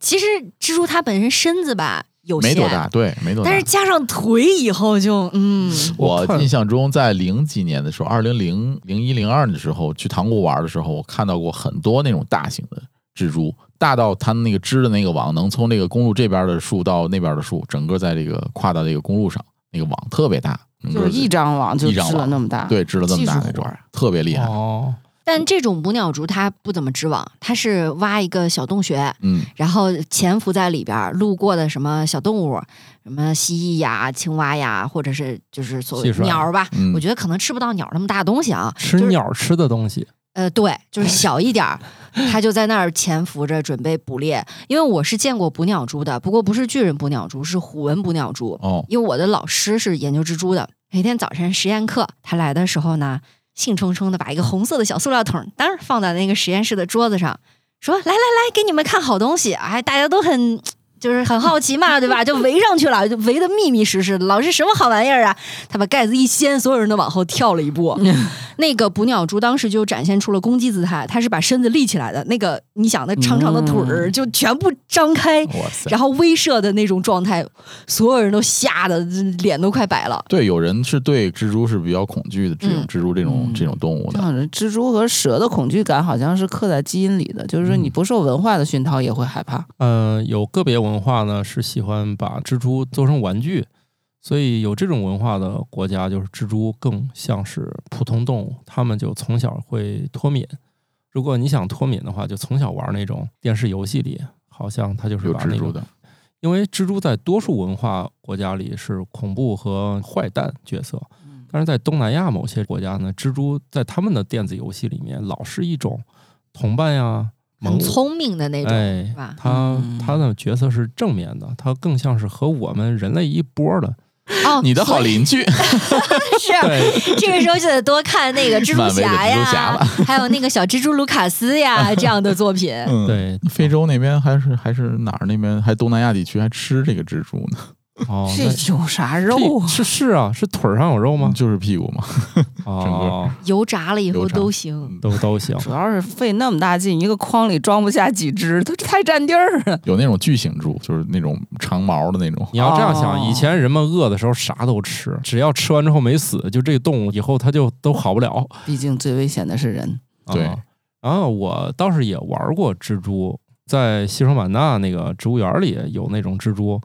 [SPEAKER 2] 其实蜘蛛它本身身子吧有
[SPEAKER 3] 没
[SPEAKER 2] 限，
[SPEAKER 3] 多大，对没多大
[SPEAKER 2] 但是。加上腿以后就嗯，
[SPEAKER 3] 我
[SPEAKER 1] 看
[SPEAKER 3] 印象中，在零几年的时候，二零零零一零二的时候，去塘沽玩的时候，我看到过很多那种大型的蜘蛛，大到它那个织的那个网能从这个公路这边的树到那边的树，整个在这个跨到这个公路上，那个网特别大，整
[SPEAKER 4] 就
[SPEAKER 3] 个
[SPEAKER 4] 是一张网就
[SPEAKER 3] 嗯一
[SPEAKER 4] 织
[SPEAKER 3] 张
[SPEAKER 4] 了
[SPEAKER 3] 网
[SPEAKER 4] 那么大，
[SPEAKER 3] 对织了这么大那
[SPEAKER 4] 技术
[SPEAKER 3] 种
[SPEAKER 4] 活儿，
[SPEAKER 3] 特别厉害。
[SPEAKER 1] 哦，
[SPEAKER 2] 但这种捕鸟蛛它不怎么织网，它是挖一个小洞穴，
[SPEAKER 3] 嗯，
[SPEAKER 2] 然后潜伏在里边儿，路过的什么小动物，什么蜥蜴呀、青蛙呀，或者是就是所谓
[SPEAKER 1] 蟋蟀
[SPEAKER 2] 鸟儿吧，
[SPEAKER 3] 嗯
[SPEAKER 2] 我觉得可能吃不到鸟儿那么大的东西啊。
[SPEAKER 1] 吃鸟吃的东西，
[SPEAKER 2] 呃，对，就是小一点儿，它就在那儿潜伏着准备捕猎。因为我是见过捕鸟蛛的，不过不是巨人捕鸟蛛，是虎纹捕鸟蛛。
[SPEAKER 3] 哦，
[SPEAKER 2] 因为我的老师是研究蜘蛛的，每天早晨实验课，他来的时候呢，兴冲冲的把一个红色的小塑料桶，当然放在那个实验室的桌子上，说：“来来来，给你们看好东西！”哎，大家都很就是很好奇嘛，对吧？就围上去了，就围得密密实实的。老师什么好玩意儿啊？他把盖子一掀，所有人都往后跳了一步。那个捕鸟蛛当时就展现出了攻击姿态，它是把身子立起来的，那个你想那长长的腿儿就全部张开，
[SPEAKER 3] 哇塞！
[SPEAKER 2] 然后威慑的那种状态，所有人都吓得脸都快白了。
[SPEAKER 3] 对，有人是对蜘蛛是比较恐惧的，这种
[SPEAKER 2] 嗯
[SPEAKER 3] 蜘蛛这种、
[SPEAKER 4] 嗯
[SPEAKER 3] 这种动物的。
[SPEAKER 4] 像是蜘蛛和蛇的恐惧感好像是刻在基因里的，就是说你不受文化的熏陶也会害怕。
[SPEAKER 1] 嗯、有个别文化呢是喜欢把蜘蛛做成玩具，所以有这种文化的国家，就是蜘蛛更像是普通动物，他们就从小会脱敏。如果你想脱敏的话，就从小玩那种电视游戏里，好像它就是
[SPEAKER 3] 有
[SPEAKER 1] 把
[SPEAKER 3] 蜘
[SPEAKER 1] 那
[SPEAKER 3] 蛛
[SPEAKER 1] 种，
[SPEAKER 3] 的，
[SPEAKER 1] 因为蜘蛛在多数文化国家里是恐怖和坏蛋角色，
[SPEAKER 2] 嗯
[SPEAKER 1] 但是在东南亚某些国家呢，蜘蛛在他们的电子游戏里面老是一种同伴呀、
[SPEAKER 2] 很
[SPEAKER 1] 盟友。
[SPEAKER 2] 聪明的那种，
[SPEAKER 1] 哎
[SPEAKER 2] 是吧，
[SPEAKER 1] 他
[SPEAKER 4] 嗯
[SPEAKER 1] 他的角色是正面的，他更像是和我们人类一波的。
[SPEAKER 2] 哦，
[SPEAKER 3] 你的好
[SPEAKER 2] 所以
[SPEAKER 3] 邻居，
[SPEAKER 2] 是
[SPEAKER 1] 对，
[SPEAKER 2] 这个时候就得多看那个蜘蛛
[SPEAKER 3] 漫威的
[SPEAKER 2] 侠
[SPEAKER 3] 蜘蛛侠
[SPEAKER 2] 呀
[SPEAKER 3] 了，
[SPEAKER 2] 还有那个小蜘蛛卢卡斯呀这样的作品。
[SPEAKER 3] 嗯，
[SPEAKER 1] 对
[SPEAKER 3] 非洲那边还是还是哪儿那边，还东南亚地区还吃这个蜘蛛呢，
[SPEAKER 1] 哦，
[SPEAKER 4] 这有啥
[SPEAKER 1] 那
[SPEAKER 4] 肉 啊？
[SPEAKER 1] 是是啊，是腿儿上有肉吗？
[SPEAKER 3] 就是屁股嘛。嗯
[SPEAKER 1] 哦，
[SPEAKER 2] 油炸了以后
[SPEAKER 3] 油炸
[SPEAKER 2] 都
[SPEAKER 3] 嗯
[SPEAKER 2] 行，
[SPEAKER 1] 都都 行。
[SPEAKER 4] 主要是费那么大劲，一个筐里装不下几只，它太占地儿啊了。
[SPEAKER 3] 有那种巨型蛛，就是那种长毛的那种。
[SPEAKER 1] 你要这样想，
[SPEAKER 4] 哦
[SPEAKER 1] 以前人们饿的时候啥都吃，只要吃完之后没死，就这个动物以后它就都好不了。
[SPEAKER 4] 毕竟最危险的是人。
[SPEAKER 3] 对
[SPEAKER 1] 啊，然后我倒是也玩过蜘蛛，在西双版纳那个植物园里有那种蜘蛛，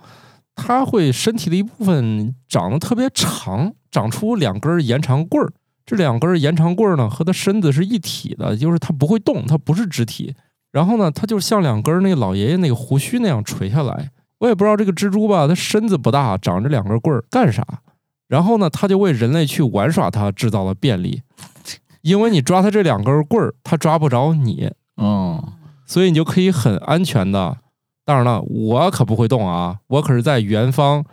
[SPEAKER 1] 它会身体的一部分长得特别长，长出两根延长棍儿。这两根延长棍儿呢和它身子是一体的，就是它不会动，它不是肢体。然后呢，它就像两根那个老爷爷那个胡须那样垂下来。我也不知道这个蜘蛛吧，它身子不大，长着两根棍儿干啥？然后呢，它就为人类去玩耍它制造了便利。因为你抓它这两根棍儿，它抓不着你，哦
[SPEAKER 3] 嗯，
[SPEAKER 1] 所以你就可以很安全的。当然了，我可不会动啊，我可是在元方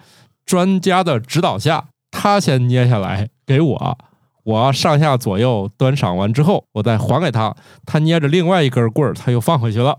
[SPEAKER 1] 专家的指导下，他先捏下来给我，我上下左右端赏完之后，我再还给他，他捏着另外一根棍儿，他又放回去了。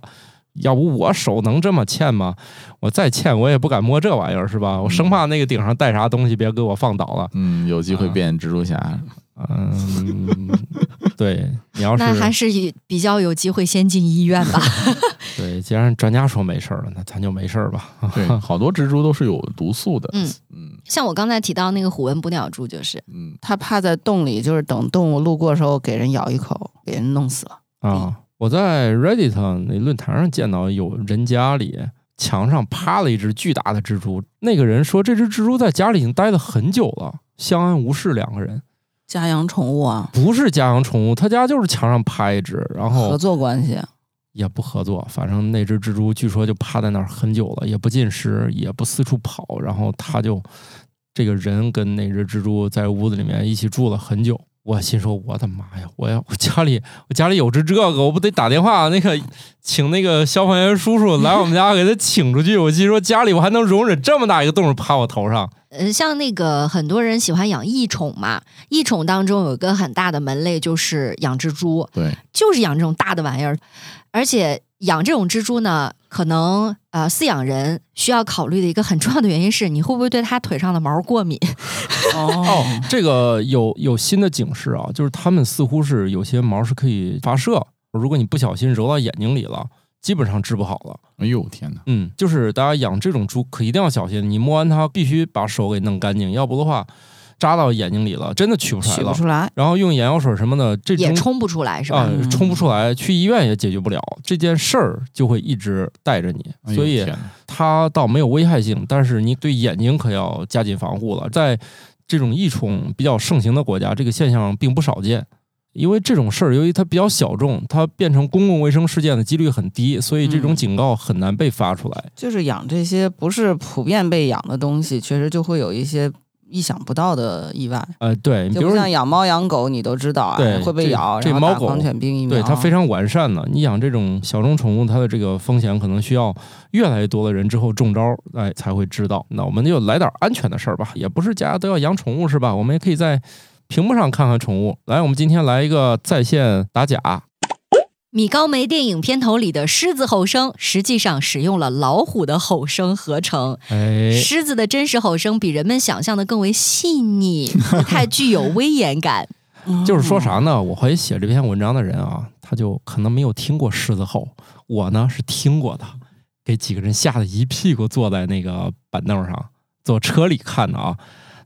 [SPEAKER 1] 要不我手能这么欠吗？我再欠我也不敢摸这玩意儿，是吧？我生怕那个顶上带啥东西，别给我放倒了。
[SPEAKER 3] 嗯，有机会变蜘蛛侠，
[SPEAKER 1] 啊嗯， 对，你要是
[SPEAKER 2] 那还是以比较有机会先进医院吧。
[SPEAKER 1] 对，既然专家说没事儿了，那咱就没事儿吧。
[SPEAKER 3] 对，好多蜘蛛都是有毒素的。
[SPEAKER 2] 嗯
[SPEAKER 3] 嗯
[SPEAKER 2] 像我刚才提到那个虎纹捕鸟蛛，就是
[SPEAKER 3] 嗯，
[SPEAKER 4] 它怕在洞里，就是等动物路过的时候给人咬一口，给人弄死了。
[SPEAKER 1] 啊，我在 Reddit 那论坛上见到有人家里墙上趴了一只巨大的蜘蛛。那个人说，这只蜘蛛在家里已经待了很久了，相安无事。两个人
[SPEAKER 4] 家养宠物啊，
[SPEAKER 1] 不是家养宠物，他家就是墙上趴一只，然后
[SPEAKER 4] 合作关系，啊
[SPEAKER 1] 也不合作。反正那只蜘蛛据说就趴在那儿很久了，也不进食，也不四处跑。然后他就这个人跟那只蜘蛛在屋子里面一起住了很久。我心说，我的妈呀！我要我家里我家里有只这个，我不得打电话那个请那个消防员叔叔来我们家给他请出去。我心说，家里我还能容忍这么大一个动物趴我头上？
[SPEAKER 2] 呃，像那个很多人喜欢养异宠嘛，异宠当中有一个很大的门类就是养蜘蛛，
[SPEAKER 3] 对，
[SPEAKER 2] 就是养这种大的玩意儿，而且养这种蜘蛛呢，可能呃饲养人需要考虑的一个很重要的原因是，你会不会对它腿上的毛过敏？
[SPEAKER 1] 哦
[SPEAKER 4] 哦，
[SPEAKER 1] 这个有有新的警示啊，就是它们似乎是有些毛是可以发射，如果你不小心揉到眼睛里了，基本上治不好了。
[SPEAKER 3] 哎呦天哪，
[SPEAKER 1] 嗯，就是大家养这种猪可一定要小心，你摸完它必须把手给弄干净，要不的话扎到眼睛里了，真的取不出来
[SPEAKER 4] 取不
[SPEAKER 1] 了。
[SPEAKER 4] 出来，
[SPEAKER 1] 然后用眼药水什么的，这
[SPEAKER 2] 也
[SPEAKER 1] 种
[SPEAKER 2] 冲不出来是吧？
[SPEAKER 1] 啊、
[SPEAKER 4] 嗯
[SPEAKER 1] 冲不出来，去医院也解决不了。这件事儿就会一直带着你，
[SPEAKER 3] 哎呦
[SPEAKER 1] 所以
[SPEAKER 3] 天哪
[SPEAKER 1] 它倒没有危害性，但是你对眼睛可要加紧防护了。在这种异宠比较盛行的国家，这个现象并不少见。因为这种事儿，由于它比较小众，它变成公共卫生事件的几率很低，所以这种
[SPEAKER 4] 嗯
[SPEAKER 1] 警告很难被发出来。
[SPEAKER 4] 就是养这些不是普遍被养的东西，确实就会有一些意想不到的意外。
[SPEAKER 1] 呃，对，比
[SPEAKER 4] 就
[SPEAKER 1] 如
[SPEAKER 4] 不
[SPEAKER 1] 说
[SPEAKER 4] 像养猫养狗，你都知道啊
[SPEAKER 1] 对，
[SPEAKER 4] 会被
[SPEAKER 1] 这
[SPEAKER 4] 咬，
[SPEAKER 1] 这
[SPEAKER 4] 然后打
[SPEAKER 1] 猫狗
[SPEAKER 4] 狂犬病疫苗，
[SPEAKER 1] 对它非常完善了。你养这种小众宠物，它的这个风险可能需要越来越多的人之后中招，哎，才会知道。那我们就来点安全的事儿吧，也不是家家都要养宠物是吧？我们也可以在屏幕上看看宠物。来，我们今天来一个在线打假，
[SPEAKER 2] 米高梅电影片头里的狮子吼声，实际上使用了老虎的吼声合成。
[SPEAKER 1] 哎，
[SPEAKER 2] 狮子的真实吼声比人们想象的更为细腻，不太具有威严感。
[SPEAKER 4] 嗯
[SPEAKER 1] 就是说啥呢？我怀疑写这篇文章的人啊，他就可能没有听过狮子吼，我呢是听过的，给几个人吓得一屁股坐在那个板凳上，坐车里看的啊。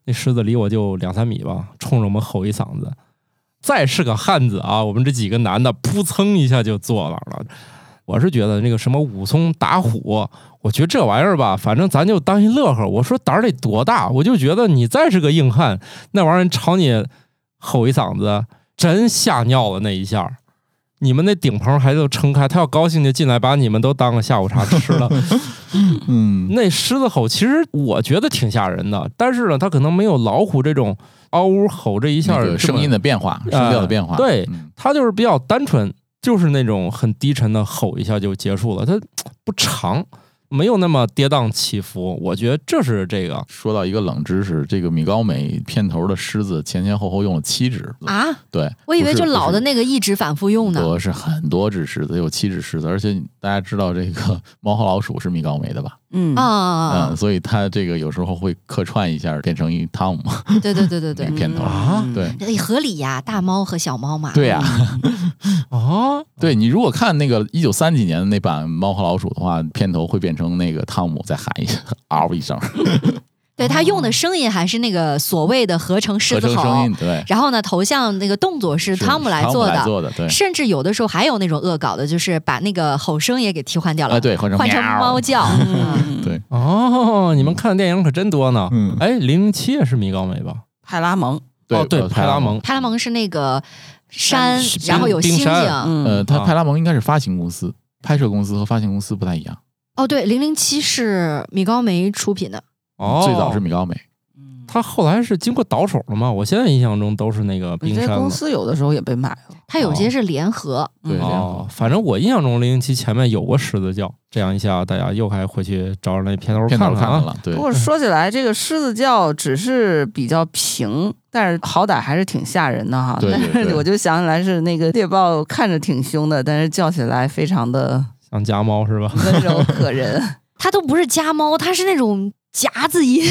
[SPEAKER 1] 那狮子离我就两三米吧，冲着我们吼一嗓子。再是个汉子啊，我们这几个男的扑蹭一下就坐那儿了。我是觉得那个什么武松打虎，我觉得这玩意儿吧，反正咱就当一乐呵。我说胆儿得多大，我就觉得你再是个硬汉，那玩意儿朝你吼一嗓子，真吓尿了那一下儿。你们那顶棚还都撑开，他要高兴就进来把你们都当个下午茶吃 了。
[SPEAKER 3] 嗯，
[SPEAKER 1] 那狮子吼其实我觉得挺吓人的，但是呢，它可能没有老虎这种嗷呜吼这一下
[SPEAKER 3] 那
[SPEAKER 1] 儿
[SPEAKER 3] 个
[SPEAKER 1] 这么啊
[SPEAKER 3] 声音的变化，声调的变化，
[SPEAKER 1] 对
[SPEAKER 3] 嗯
[SPEAKER 1] 它就是比较单纯，就是那种很低沉的吼一下就结束了，它不长，没有那么跌宕起伏。我觉得这是这个
[SPEAKER 3] 说到一个冷知识，这个米高梅片头的狮子前前后后用了七只，
[SPEAKER 2] 啊！
[SPEAKER 3] 对，
[SPEAKER 2] 我以为
[SPEAKER 3] 不是
[SPEAKER 2] 就老的
[SPEAKER 3] 不
[SPEAKER 2] 那个一直反复用
[SPEAKER 3] 是
[SPEAKER 2] 呢。
[SPEAKER 3] 不是很多只狮子，有七只狮子，而且大家知道这个 猫和老鼠是米高梅的吧？嗯，
[SPEAKER 4] 嗯
[SPEAKER 2] 啊，
[SPEAKER 3] 所以它这个有时候会客串一下，变成一汤姆。
[SPEAKER 2] 对对对对对
[SPEAKER 3] 嗯，片头
[SPEAKER 1] 啊
[SPEAKER 4] 嗯
[SPEAKER 3] 对
[SPEAKER 2] 哎合理呀，大猫和小猫嘛。
[SPEAKER 3] 对呀、
[SPEAKER 2] 嗯
[SPEAKER 1] 啊，
[SPEAKER 3] 对你如果看那个一九三几年的那版《猫和老鼠》的话，片头会变成那个汤姆再喊一声嗷一声
[SPEAKER 2] 对，它用的声音还是那个所谓的合成狮
[SPEAKER 3] 哦合
[SPEAKER 2] 子
[SPEAKER 3] 成
[SPEAKER 2] 吼，
[SPEAKER 3] 声音，对，
[SPEAKER 2] 然后呢，头像那个动作是汤姆来做
[SPEAKER 3] 汤姆来
[SPEAKER 2] 的，
[SPEAKER 3] 做的，对，
[SPEAKER 2] 甚至有的时候还有那种恶搞的，就是把那个吼声也给替换掉了，
[SPEAKER 3] 啊对，换成
[SPEAKER 2] 换成
[SPEAKER 3] 喵
[SPEAKER 2] 猫叫。嗯
[SPEAKER 4] 嗯
[SPEAKER 3] 对
[SPEAKER 1] 哦，你们看的电影可真多呢。
[SPEAKER 3] 嗯，
[SPEAKER 1] 哎，零零七也是米高梅吧？
[SPEAKER 4] 派拉蒙，
[SPEAKER 3] 对
[SPEAKER 1] 哦，对，
[SPEAKER 3] 呃
[SPEAKER 1] 派拉蒙。
[SPEAKER 2] 派拉蒙是那个山
[SPEAKER 1] 山，
[SPEAKER 2] 然后有
[SPEAKER 1] 冰
[SPEAKER 2] 星
[SPEAKER 1] 山
[SPEAKER 2] 星。
[SPEAKER 4] 嗯
[SPEAKER 3] 呃，它
[SPEAKER 1] 啊
[SPEAKER 3] 派拉蒙应该是发行公司、拍摄公司和发行公司不太一样，
[SPEAKER 2] 哦，对，零零七是米高梅出品的，
[SPEAKER 1] 哦，
[SPEAKER 3] 最早是米高梅，
[SPEAKER 4] 嗯
[SPEAKER 1] 他后来是经过倒手了吗？我现在印象中都是那个
[SPEAKER 4] 你
[SPEAKER 1] 冰
[SPEAKER 4] 这
[SPEAKER 1] 山了
[SPEAKER 4] 公司有的时候也被买了，
[SPEAKER 2] 它
[SPEAKER 3] 哦
[SPEAKER 2] 有些是联合。
[SPEAKER 3] 对，
[SPEAKER 4] 嗯
[SPEAKER 3] 联合
[SPEAKER 1] 哦，反正我印象中零零七前面有过狮子叫，这样一下大家又该回去找着那片头
[SPEAKER 3] 片头
[SPEAKER 1] 看
[SPEAKER 3] 看
[SPEAKER 1] 啊。
[SPEAKER 3] 了，对
[SPEAKER 4] 不，过说起来，这个狮子叫只是比较平，但是好歹还是挺吓人的哈。
[SPEAKER 3] 对 对
[SPEAKER 4] 但
[SPEAKER 3] 对
[SPEAKER 4] 是我就想起来是那个猎豹，看着挺凶的，但是叫起来非常的
[SPEAKER 1] 像家猫是 吧？
[SPEAKER 4] 温柔可人，
[SPEAKER 2] 它都不是家猫，它是那种夹子音，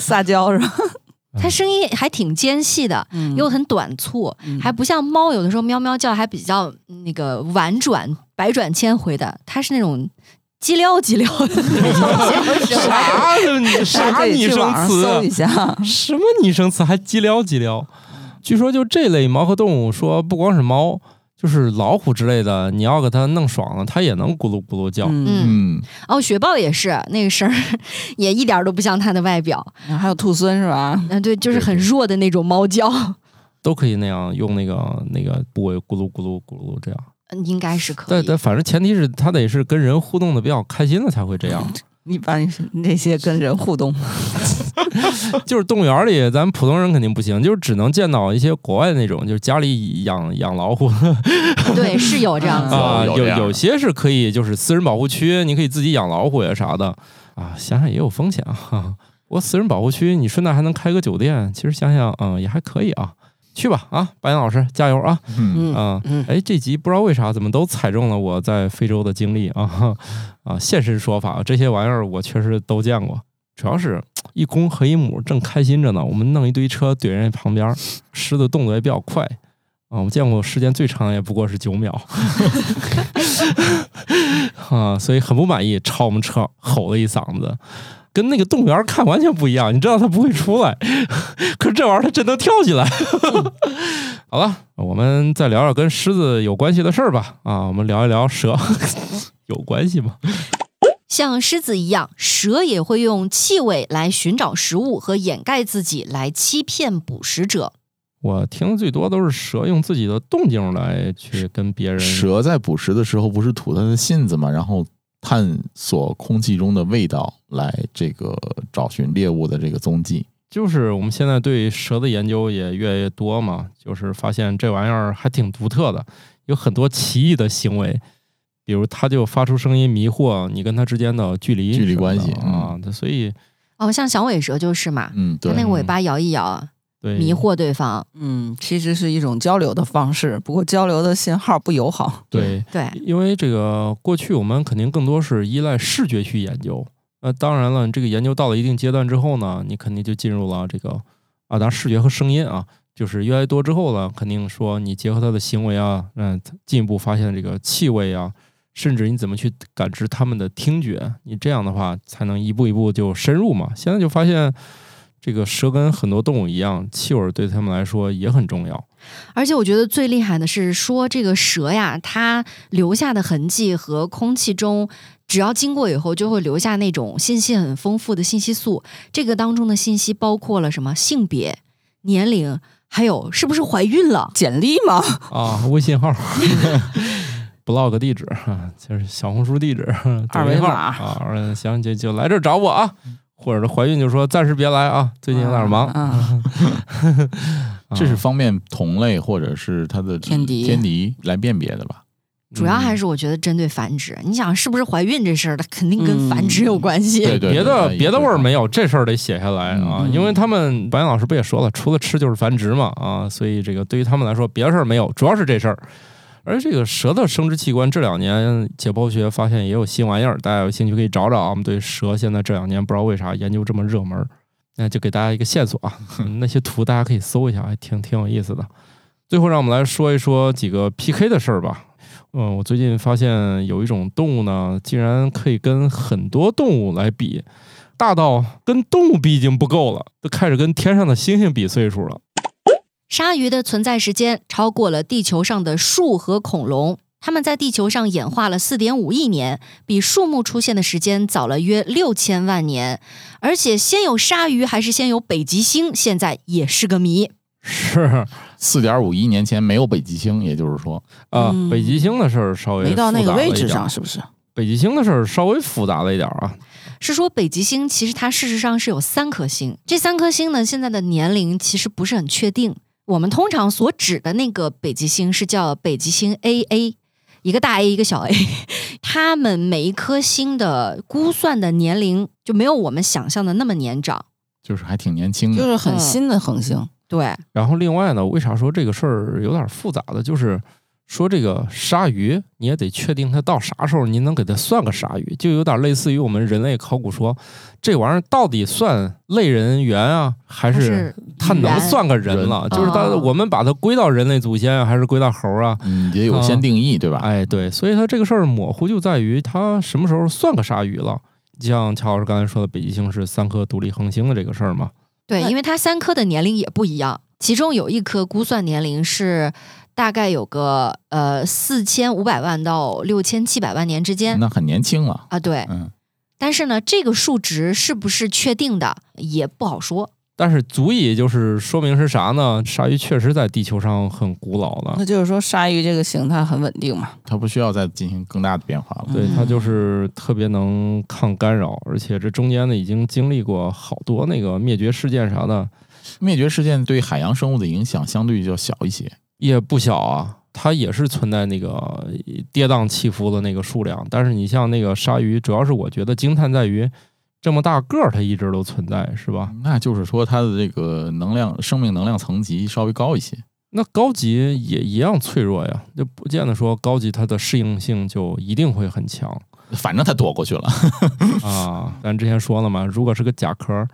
[SPEAKER 4] 撒娇是吧？
[SPEAKER 3] 嗯
[SPEAKER 2] 它声音还挺尖细的，又很短促，
[SPEAKER 4] 嗯
[SPEAKER 2] 还不像猫有的时候喵喵叫还比较那个婉转，百转千回的，它是那种叽撩叽撩的 那种。
[SPEAKER 1] 啥
[SPEAKER 4] 大
[SPEAKER 1] 啥
[SPEAKER 4] 家可以
[SPEAKER 1] 拟
[SPEAKER 4] 去
[SPEAKER 1] 声
[SPEAKER 4] 网上搜一啊
[SPEAKER 1] 词？啊
[SPEAKER 4] 下，
[SPEAKER 1] 什么
[SPEAKER 4] 嗯
[SPEAKER 1] 拟声词还叽撩叽撩？据说就这类毛科动物，说不光是猫，就就是老虎之类的，你要给它弄爽了，它也能咕噜咕噜叫。
[SPEAKER 4] 嗯，
[SPEAKER 2] 嗯，
[SPEAKER 3] 嗯，
[SPEAKER 2] 哦，雪豹也是那个声儿，也一点儿都不像它的外表。
[SPEAKER 4] 然后还有兔狲是吧？
[SPEAKER 2] 嗯，对，就是很弱的那种猫叫，
[SPEAKER 1] 都可以那样用那个那个部位咕噜咕噜咕噜这样，
[SPEAKER 2] 嗯 应该是可
[SPEAKER 1] 但
[SPEAKER 2] 以。
[SPEAKER 1] 但反正前提是它得是跟人互动的比较开心了才会这
[SPEAKER 2] 嗯
[SPEAKER 1] 样。
[SPEAKER 4] 你把你那些跟人互动，
[SPEAKER 1] 就是动物园里，咱们普通人肯定不行，就是只能见到一些国外那种，就是家里养养老虎
[SPEAKER 2] 对，是有这样子。
[SPEAKER 1] 啊，
[SPEAKER 3] 有
[SPEAKER 1] 有
[SPEAKER 3] 这样的
[SPEAKER 1] 有些是可以，就是私人保护区，你可以自己养老虎呀啥的啊，想想也有风险啊。 哈不过私人保护区，你顺带还能开个酒店，其实想想，嗯，也还可以啊。去吧啊，白岩老师，加油啊！
[SPEAKER 3] 嗯，
[SPEAKER 4] 嗯
[SPEAKER 1] 啊、
[SPEAKER 4] 嗯
[SPEAKER 1] 哎，这集不知道为啥怎么都踩中了我在非洲的经历啊哈啊！现身说法，这些玩意儿我确实都见过。主要是一公和一母正开心着呢，我们弄一堆车怼人家旁边儿，狮子动作也比较快啊。我见过时间最长也不过是九秒 啊，所以很不满意，朝我们车吼了一嗓子。跟那个动物园看完全不一样，你知道它不会出来， 可是这玩意儿它真能跳起来。好了，我们再聊聊跟狮子有关系的事儿吧。啊，我们聊一聊蛇， 有关系吗？
[SPEAKER 2] 像狮子一样，蛇也会用气味来寻找食物和掩盖自己，来欺骗捕食者。
[SPEAKER 1] 我听的最多都是蛇用自己的动静来去跟别人。
[SPEAKER 3] 蛇在捕食的时候不是吐它的信子嘛，然后探索空气中的味道来这个找寻猎物的这个踪迹。
[SPEAKER 1] 就是我们现在对蛇的研究也越来越多嘛，就是发现这玩意儿还挺独特的，有很多奇异的行为，比如它就发出声音迷惑你跟它之间的距离
[SPEAKER 3] 距离
[SPEAKER 1] 什么的
[SPEAKER 3] 关系
[SPEAKER 1] 啊。所以
[SPEAKER 2] 哦，像响尾蛇就是嘛，
[SPEAKER 3] 嗯，
[SPEAKER 2] 它
[SPEAKER 3] 对，
[SPEAKER 2] 那个尾巴摇一摇，
[SPEAKER 1] 对
[SPEAKER 2] 迷惑对方。
[SPEAKER 4] 嗯，其实是一种交流的方式，不过交流的信号不友好。
[SPEAKER 1] 对
[SPEAKER 2] 对，
[SPEAKER 1] 因为这个过去我们肯定更多是依赖视觉去研究，那当然了，这个研究到了一定阶段之后呢，你肯定就进入了这个啊，当然视觉和声音啊，就是越来越多之后呢，肯定说你结合他的行为啊，嗯，进一步发现这个气味啊，甚至你怎么去感知他们的听觉，你这样的话才能一步一步就深入嘛。现在就发现。这个蛇跟很多动物一样，气味对它们来说也很重要。
[SPEAKER 2] 而且我觉得最厉害的是说这个蛇呀，它留下的痕迹和空气中，只要经过以后就会留下那种信息很丰富的信息素。这个当中的信息包括了什么？性别、年龄，还有是不是怀孕了？
[SPEAKER 4] 简历 嘛，
[SPEAKER 1] 啊，微信号 ，blog 地址，啊就是小红书地址，
[SPEAKER 4] 二
[SPEAKER 1] 抖
[SPEAKER 4] 维
[SPEAKER 1] 音号
[SPEAKER 4] 码
[SPEAKER 1] 啊，二行就就来这儿找我啊，或者是怀孕就说暂时别来啊，最近有点忙。
[SPEAKER 4] 啊，
[SPEAKER 2] 嗯
[SPEAKER 3] 这是方便同类或者是它的
[SPEAKER 4] 天敌
[SPEAKER 3] 天敌来辨别的吧？
[SPEAKER 2] 主要还
[SPEAKER 1] 是
[SPEAKER 2] 是我觉得针对繁殖。你想是不是怀孕这事儿，它肯定
[SPEAKER 4] 嗯
[SPEAKER 2] 跟繁殖有关系。
[SPEAKER 3] 对对
[SPEAKER 1] 嗯别的
[SPEAKER 3] 对
[SPEAKER 1] 别的味儿没有，这事儿得写下来啊，
[SPEAKER 4] 嗯
[SPEAKER 1] 因为他们白岩老师不也说了，除了吃就是繁殖嘛啊，所以这个对于他们来说，别的事儿没有，主要是这事儿。而这个蛇的生殖器官，这两年解剖学发现也有新玩意儿，大家有兴趣可以找找啊。我们对蛇现在这两年不知道为啥研究这么热门 儿，那就给大家一个线索啊，嗯那些图大家可以搜一下，还挺挺有意思的。最后，让我们来说一说几个 PK 的事儿吧。嗯，我最近发现有一种动物呢，竟然可以跟很多动物来比，大到跟动物比已经不够了，都开始跟天上的星星比岁数了。
[SPEAKER 2] 鲨鱼的存在时间超过了地球上的树和恐龙，它们在地球上演化了4.5亿年，比树木出现的时间早了约六千万年。而且，先有鲨鱼还是先有北极星，现在也是个谜。
[SPEAKER 1] 是啊、
[SPEAKER 3] 四点五亿年前没有北极星，也就是说，
[SPEAKER 4] 嗯
[SPEAKER 1] 啊北极星的事儿稍微
[SPEAKER 4] 没到那
[SPEAKER 1] 复
[SPEAKER 4] 个
[SPEAKER 1] 杂了
[SPEAKER 4] 位
[SPEAKER 1] 一
[SPEAKER 4] 置
[SPEAKER 1] 点
[SPEAKER 4] 上，
[SPEAKER 1] 儿，
[SPEAKER 4] 是不是？
[SPEAKER 1] 北极星的事儿稍微复杂了一点儿啊。
[SPEAKER 2] 是说北极星其实它事实上是有三颗星，这三颗星呢，现在的年龄其实不是很确定。我们通常所指的那个北极星是叫北极星 AA，一个大 A 一个小 A，它们每一颗星的估算的年龄就没有我们想象的那么年长。
[SPEAKER 3] 就是还挺年轻
[SPEAKER 1] 嗯
[SPEAKER 4] 就
[SPEAKER 3] 的。
[SPEAKER 4] 是很新的恒星，
[SPEAKER 2] 对，
[SPEAKER 1] 然后另外呢，为啥说这个事儿有点复杂的，就是说这个鲨鱼，你也得确定它到啥时候您能给它算个鲨鱼，就有点类似于我们人类考古说，这玩意儿到底算类人猿啊，还
[SPEAKER 2] 它
[SPEAKER 1] 是它能
[SPEAKER 2] 猿
[SPEAKER 1] 算个人了？
[SPEAKER 4] 啊
[SPEAKER 3] 人
[SPEAKER 1] 就是它，
[SPEAKER 2] 哦
[SPEAKER 1] 我们把它归到人类祖先啊，还是归到猴啊？
[SPEAKER 3] 嗯，也有先定义，对
[SPEAKER 4] 哦
[SPEAKER 3] 吧？
[SPEAKER 1] 哎，对，所以它这个事儿模糊就在于它什么时候算个鲨鱼了。就像乔老师刚才说的，北极星是三颗独立恒星的这个事儿嘛，
[SPEAKER 2] 对，
[SPEAKER 4] 那
[SPEAKER 2] 因为它三颗的年龄也不一样，其中有一颗估算年龄是大概有个呃四千五百万到六千七百万年之间
[SPEAKER 3] 那很年轻了，
[SPEAKER 2] 啊，对。
[SPEAKER 3] 嗯，
[SPEAKER 2] 但是呢，这个数值是不是确定的也不好说。
[SPEAKER 1] 但是足以就是说明是啥呢？鲨鱼确实在地球上很古老了
[SPEAKER 4] 那，就是说鲨鱼这个形态很稳定 嘛，
[SPEAKER 3] 它不需要再进行更大的变化了。
[SPEAKER 1] 对
[SPEAKER 4] 嗯
[SPEAKER 1] 它就是特别能抗干扰，而且这中间呢已经经历过好多那个灭绝事件啥的，
[SPEAKER 3] 灭绝事件对海洋生物的影响相对较小一些，
[SPEAKER 1] 也不小啊。它也是存在那个跌宕起伏的那个数量，但是你像那个鲨鱼，主要是我觉得惊叹在于这么大个儿，它一直都存在，是吧？
[SPEAKER 3] 那就是说它的这个能量、生命能量层级稍微高一些。
[SPEAKER 1] 那高级也一样脆弱呀，就不见得说高级它的适应性就一定会很强
[SPEAKER 3] 反正它躲过去了，
[SPEAKER 1] 啊。咱之前说了嘛，如果是个甲壳儿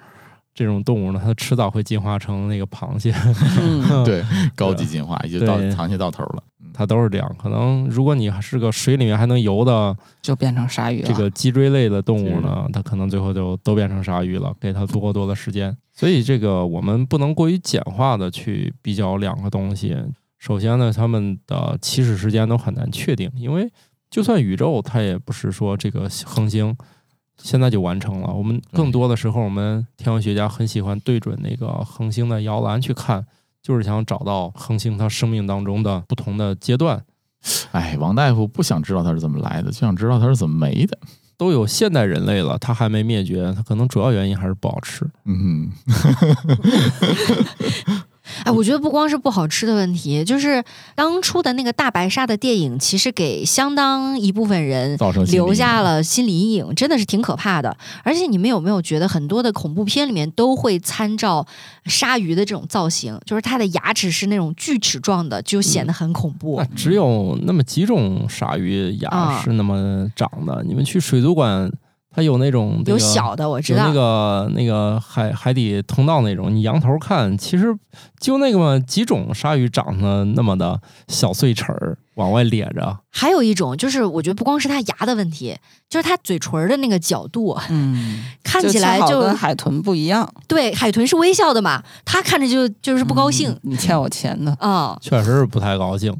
[SPEAKER 1] 这种动物呢，它迟早会进化成那个螃蟹，
[SPEAKER 4] 嗯，
[SPEAKER 3] 对， 高级进化也就到
[SPEAKER 1] 对
[SPEAKER 3] 螃蟹到头了。嗯
[SPEAKER 1] 它都是这样。可能如果你是个水里面还能游的
[SPEAKER 4] 就变成鲨鱼了。
[SPEAKER 1] 这个脊椎类的动物呢，它可能最后就都变成鲨鱼了，给它足够多的时间。所以这个我们不能过于简化的去比较两个东西。首先呢，它们的起始时间都很难确定，因为就算宇宙，它也不是说这个恒星现在就完成
[SPEAKER 4] 嗯
[SPEAKER 1] 了。我们更多的时候，我们天文学家很喜欢对准那个恒星的摇篮去看，就是想找到恒星它生命当中的不同的阶段。
[SPEAKER 3] 哎，王大夫不想知道它是怎么来的，就想知道它是怎么没的。
[SPEAKER 1] 都有现代人类了，它还没灭绝，它可能主要原因还是不好吃。
[SPEAKER 3] 嗯哼，
[SPEAKER 2] 哎，我觉得不光是不好吃的问题，就是当初的那个大白鲨的电影，其实给相当一部分
[SPEAKER 4] 嗯
[SPEAKER 2] 人
[SPEAKER 3] 造成心理
[SPEAKER 2] 留下
[SPEAKER 3] 影响
[SPEAKER 2] 了心理阴影，真的是挺可怕的。而且你们有没有觉得很多的恐怖片里面都会参照鲨鱼的这种造型，就是它的牙齿是那种锯齿状的，就显得很恐怖。
[SPEAKER 1] 嗯那只有那么几种鲨鱼牙
[SPEAKER 2] 啊
[SPEAKER 1] 是那么长的。你们去水族馆，它有那种、这个、
[SPEAKER 2] 有小的，我知
[SPEAKER 1] 有
[SPEAKER 2] 道。
[SPEAKER 1] 那个那个海海底通道那种，你仰头看，其实就那么几种鲨鱼长得那么的小碎齿儿往外咧着，
[SPEAKER 2] 还有一种就是，我觉得不光是它牙的问题，就是它嘴唇儿的那个角度，
[SPEAKER 4] 嗯，
[SPEAKER 2] 看
[SPEAKER 4] 就
[SPEAKER 2] 起
[SPEAKER 4] 恰
[SPEAKER 2] 来
[SPEAKER 4] 好
[SPEAKER 2] 就
[SPEAKER 4] 跟海豚不一样，
[SPEAKER 2] 对海豚是微笑的嘛，它看着就就是不高兴
[SPEAKER 4] 嗯。你欠我钱的。
[SPEAKER 2] 啊、
[SPEAKER 1] 确实是不太高兴。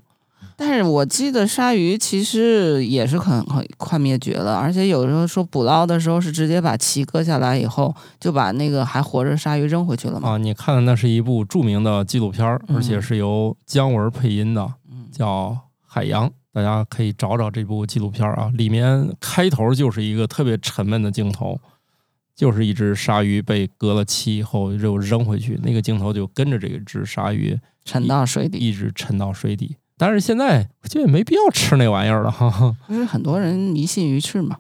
[SPEAKER 4] 但是我记得鲨鱼其实也是很很快灭绝了，而且有时候说捕捞的时候是直接把鳍割下来以后，就把那个还活着鲨鱼扔回去了嘛。
[SPEAKER 3] 哦
[SPEAKER 1] 啊，你看的那是一部著名的纪录片儿，
[SPEAKER 4] 嗯
[SPEAKER 1] 而且是由姜文配音的
[SPEAKER 4] 嗯，
[SPEAKER 1] 叫《海洋》。大家可以找找这部纪录片儿啊，里面开头就是一个特别沉闷的镜头，就是一只鲨鱼被割了鳍以后又扔回去，那个镜头就跟着这一只鲨鱼
[SPEAKER 4] 沉到水底，
[SPEAKER 1] 一直沉到水底。但是现在我觉得也没必要吃那玩意儿了，哈哈。
[SPEAKER 4] 不是很多人迷信鱼翅嘛？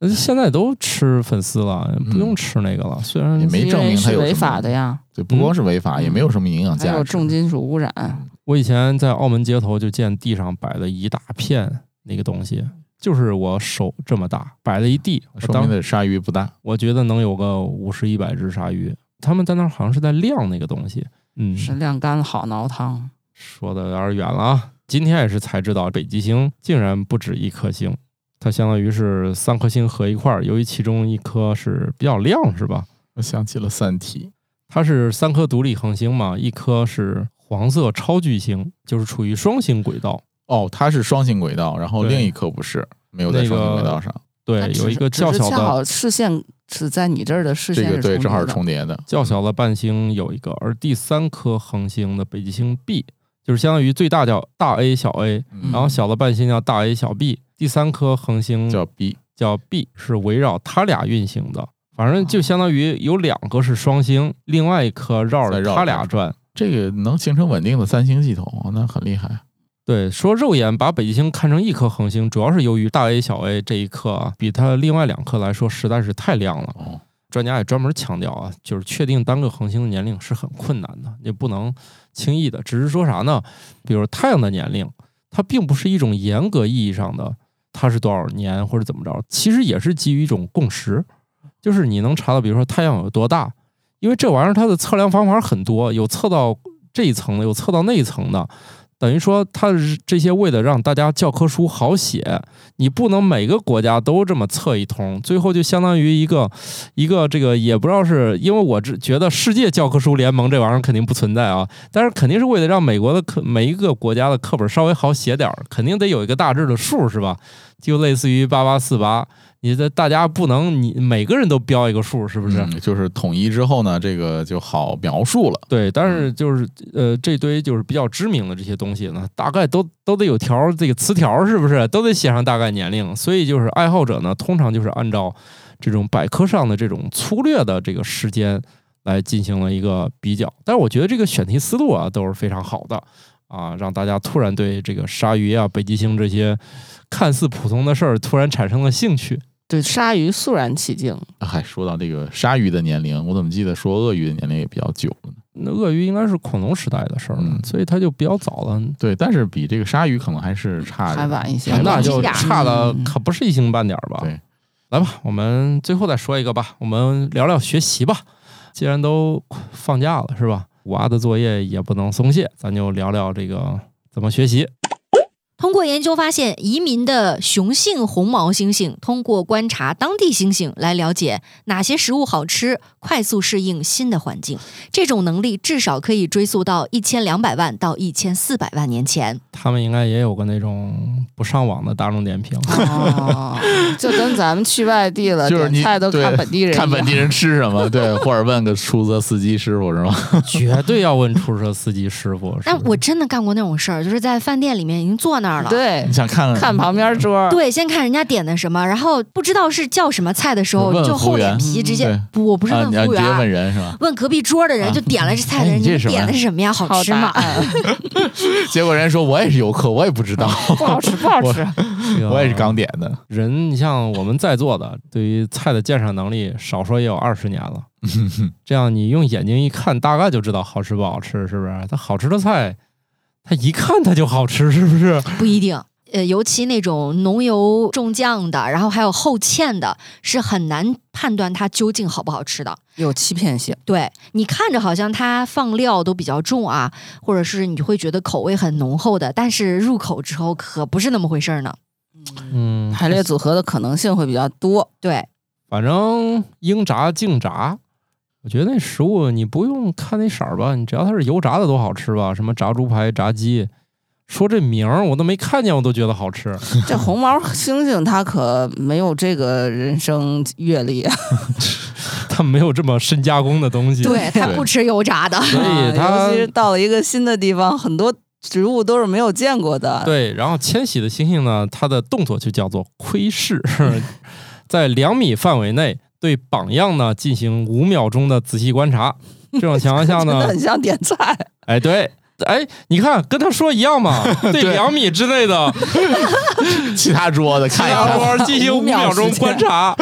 [SPEAKER 1] 那现在都吃粉丝了，不用吃那个了。虽然
[SPEAKER 3] 也没证明它
[SPEAKER 4] 因为是
[SPEAKER 3] 有
[SPEAKER 4] 违
[SPEAKER 3] 什么
[SPEAKER 4] 法的呀，
[SPEAKER 3] 对，不光是违法，也没有什么营养
[SPEAKER 4] 还
[SPEAKER 3] 价
[SPEAKER 4] 有
[SPEAKER 3] 值。
[SPEAKER 4] 重金属污染。
[SPEAKER 3] 嗯
[SPEAKER 1] 我以前在澳门街头就见地上摆了一大片那个东西，就是我手这么大，摆了一地。我
[SPEAKER 3] 说明
[SPEAKER 1] 当
[SPEAKER 3] 的鲨鱼不大，
[SPEAKER 1] 我觉得能有个五十一百只鲨鱼，他们在那儿好像是在晾那个东西。嗯，
[SPEAKER 4] 是晾干了好熬汤，
[SPEAKER 1] 说的有点远了啊。今天也是才知道，北极星竟然不止一颗星，它相当于是三颗星合一块儿，由于其中一颗是比较亮，是吧？
[SPEAKER 3] 我想起了《三体
[SPEAKER 1] 它是三颗独立恒星嘛，一颗是黄色超巨星，就是处于双星轨道。》。
[SPEAKER 3] 哦，它是双性轨道，然后
[SPEAKER 1] 对
[SPEAKER 3] 另一颗不是，没有在
[SPEAKER 1] 那
[SPEAKER 3] 双性轨
[SPEAKER 1] 个
[SPEAKER 3] 道上。
[SPEAKER 1] 对，
[SPEAKER 4] 只
[SPEAKER 1] 有一
[SPEAKER 4] 是
[SPEAKER 1] 个
[SPEAKER 4] 只
[SPEAKER 1] 较
[SPEAKER 4] 是
[SPEAKER 1] 小
[SPEAKER 4] 恰
[SPEAKER 1] 的
[SPEAKER 4] 好视线是在你这儿的视
[SPEAKER 3] 这
[SPEAKER 4] 线
[SPEAKER 3] 个对，
[SPEAKER 4] 重
[SPEAKER 3] 正好
[SPEAKER 4] 叠
[SPEAKER 3] 是
[SPEAKER 4] 的
[SPEAKER 3] 重叠的。
[SPEAKER 1] 较小的伴星有一个，而第三颗恒星的北极星 B，就是相当于最大叫大 A 小 A，
[SPEAKER 3] 嗯
[SPEAKER 1] 然后小的伴星叫大 A 小 B，第三颗恒星
[SPEAKER 3] 叫 B，
[SPEAKER 1] 叫 B 是围绕它俩运行的。反正就相当于有两个是双星，另外一颗绕
[SPEAKER 3] 在
[SPEAKER 1] 着
[SPEAKER 3] 绕
[SPEAKER 1] 它
[SPEAKER 3] 着
[SPEAKER 1] 俩转。
[SPEAKER 3] 这个能形成稳定的三星系统，哦那很厉害。
[SPEAKER 1] 对，说肉眼把北极星看成一颗恒星，主要是由于大 A 小 a 这一颗啊，比它另外两颗来说实在是太亮了。
[SPEAKER 3] 哦，
[SPEAKER 1] 专家也专门强调啊，就是确定单个恒星的年龄是很困难的，也不能轻易的。只是说啥呢？比如太阳的年龄，它并不是一种严格意义上的它是多少年或者怎么着，其实也是基于一种共识，就是你能查到，比如说太阳有多大，因为这玩意儿它的测量方法很多，有测到这一层的，有测到那一层的。等于说它是这些为了让大家教科书好写，你不能每个国家都这么测一通，最后就相当于一个一个这个也不知道是因为我只觉得世界教科书联盟这玩意儿肯定不存在啊，但是肯定是为了让美国的课每一个国家的课本稍微好写点儿，肯定得有一个大致的数是吧？就类似于八八四八，你的大家不能你每个人都标一个数是不是？
[SPEAKER 3] 嗯就是统一之后呢，这个就好描述了。
[SPEAKER 1] 对，但是就是呃，这堆就是比较知名的这些东西呢，大概都都得有条儿这个词条儿，是不是都得写上大概年龄？所以就是爱好者呢，通常就是按照这种百科上的这种粗略的这个时间来进行了一个比较。但是我觉得这个选题思路啊都是非常好的啊，让大家突然对这个鲨鱼啊、北极星这些看似普通的事儿突然产生了兴趣。
[SPEAKER 4] 对鲨鱼肃然 起敬。
[SPEAKER 3] 嗨，哎说到这个鲨鱼的年龄，我怎么记得说鳄鱼的年龄也比较久了呢？
[SPEAKER 1] 那鳄鱼应该是恐龙时代的事儿了，
[SPEAKER 3] 嗯
[SPEAKER 1] 所以它就比较早了。
[SPEAKER 3] 对，但是比这个鲨鱼可能还是差着
[SPEAKER 4] 还晚一些
[SPEAKER 3] 还
[SPEAKER 1] 那
[SPEAKER 3] 晚一
[SPEAKER 1] 就
[SPEAKER 3] 些
[SPEAKER 1] 差了
[SPEAKER 4] 嗯
[SPEAKER 1] 可不是一星半点儿吧？
[SPEAKER 3] 对，
[SPEAKER 1] 来吧，我们最后再说一个吧，我们聊聊学习吧。既然都放假了，是吧？娃的作业也不能松懈，咱就聊聊这个怎么学习。
[SPEAKER 2] 通过研究发现，移民的雄性红毛猩猩通过观察当地猩猩来了解哪些食物好吃，快速适应新的环境。这种能力至少可以追溯到一千两百万到一千四百万年前。
[SPEAKER 1] 他们应该也有个那种不上网的大众点评，
[SPEAKER 4] 哦，就跟咱们去外地了，
[SPEAKER 3] 就是你
[SPEAKER 4] 点菜都看
[SPEAKER 3] 对
[SPEAKER 4] 本地人一样，
[SPEAKER 3] 看本地人吃什么，对，或者问个出租车司机师傅是吗？
[SPEAKER 1] 绝对要问出租车司机师傅。 是
[SPEAKER 2] 但
[SPEAKER 1] 不是
[SPEAKER 2] 我真的干过那种事儿，就是在饭店里面已经坐那儿了。
[SPEAKER 4] 对
[SPEAKER 3] 你，想看
[SPEAKER 4] 看旁边 桌儿，
[SPEAKER 2] 对先看人家点的什么，然后不知道是叫什么菜的时候，
[SPEAKER 3] 问
[SPEAKER 2] 就
[SPEAKER 3] 服务
[SPEAKER 2] 厚脸
[SPEAKER 3] 员
[SPEAKER 2] 皮直接
[SPEAKER 3] 对
[SPEAKER 2] 不，我不是
[SPEAKER 3] 啊，
[SPEAKER 2] 问
[SPEAKER 3] 你要
[SPEAKER 2] 服
[SPEAKER 3] 直
[SPEAKER 2] 务员
[SPEAKER 3] 接
[SPEAKER 2] 啊，
[SPEAKER 3] 问人是吧？
[SPEAKER 2] 问隔壁桌的人，就点了这菜的
[SPEAKER 3] 哎
[SPEAKER 2] 人，们
[SPEAKER 3] 你这什么
[SPEAKER 2] 点
[SPEAKER 3] 呀
[SPEAKER 2] 的是什么呀？
[SPEAKER 4] 好
[SPEAKER 2] 吃吗？
[SPEAKER 4] 答案
[SPEAKER 3] 结果人家说我也是游客，我也不知道，
[SPEAKER 4] 嗯不好吃，不好吃。
[SPEAKER 1] 这个
[SPEAKER 3] 我也是刚点的。
[SPEAKER 1] 人，你像我们在座的，对于菜的鉴赏能力，少说也有二十年了。这样你用眼睛一看，大概就知道好吃不好吃，是不是？它好吃的菜，它一看它就好吃，是不
[SPEAKER 4] 嗯
[SPEAKER 1] 是？
[SPEAKER 2] 不一定。呃，尤其那种浓油重酱的，然后还有厚芡的，是很难判断它究竟好不好吃的。
[SPEAKER 4] 有欺骗性，
[SPEAKER 2] 对你看着好像它放料都比较重啊，或者是你会觉得口味很浓厚的，但是入口之后可不是那么回事儿呢。
[SPEAKER 1] 嗯，
[SPEAKER 4] 排列组合的可能性会比较多。
[SPEAKER 2] 对，
[SPEAKER 1] 反正应炸尽炸。我觉得那食物你不用看那色儿吧，你只要它是油炸的都好吃吧，什么炸猪排、炸鸡。说这名儿我都没看见，我都觉得好吃。
[SPEAKER 4] 这红毛猩猩它可没有这个人生阅历，啊
[SPEAKER 1] 它没有这么深加工的东西，
[SPEAKER 2] 对，它不吃油炸的。
[SPEAKER 1] 所以 它
[SPEAKER 4] 啊尤其是到了一个新的地方，很多植物都是没有见过的。
[SPEAKER 1] 对，然后迁徙的猩猩呢，它的动作就叫做窥视，在两米范围内对榜样呢进行五秒钟的仔细观察。这种情况下
[SPEAKER 4] 真的
[SPEAKER 1] 呢
[SPEAKER 4] 很，像点菜，
[SPEAKER 1] 哎，对。哎，你看，跟他说一样嘛，对两米之内的
[SPEAKER 3] 其他桌子看一
[SPEAKER 1] 大
[SPEAKER 3] 看，
[SPEAKER 1] 波进行
[SPEAKER 4] 五
[SPEAKER 1] 五秒
[SPEAKER 4] 秒时
[SPEAKER 1] 钟
[SPEAKER 4] 间
[SPEAKER 1] 观察，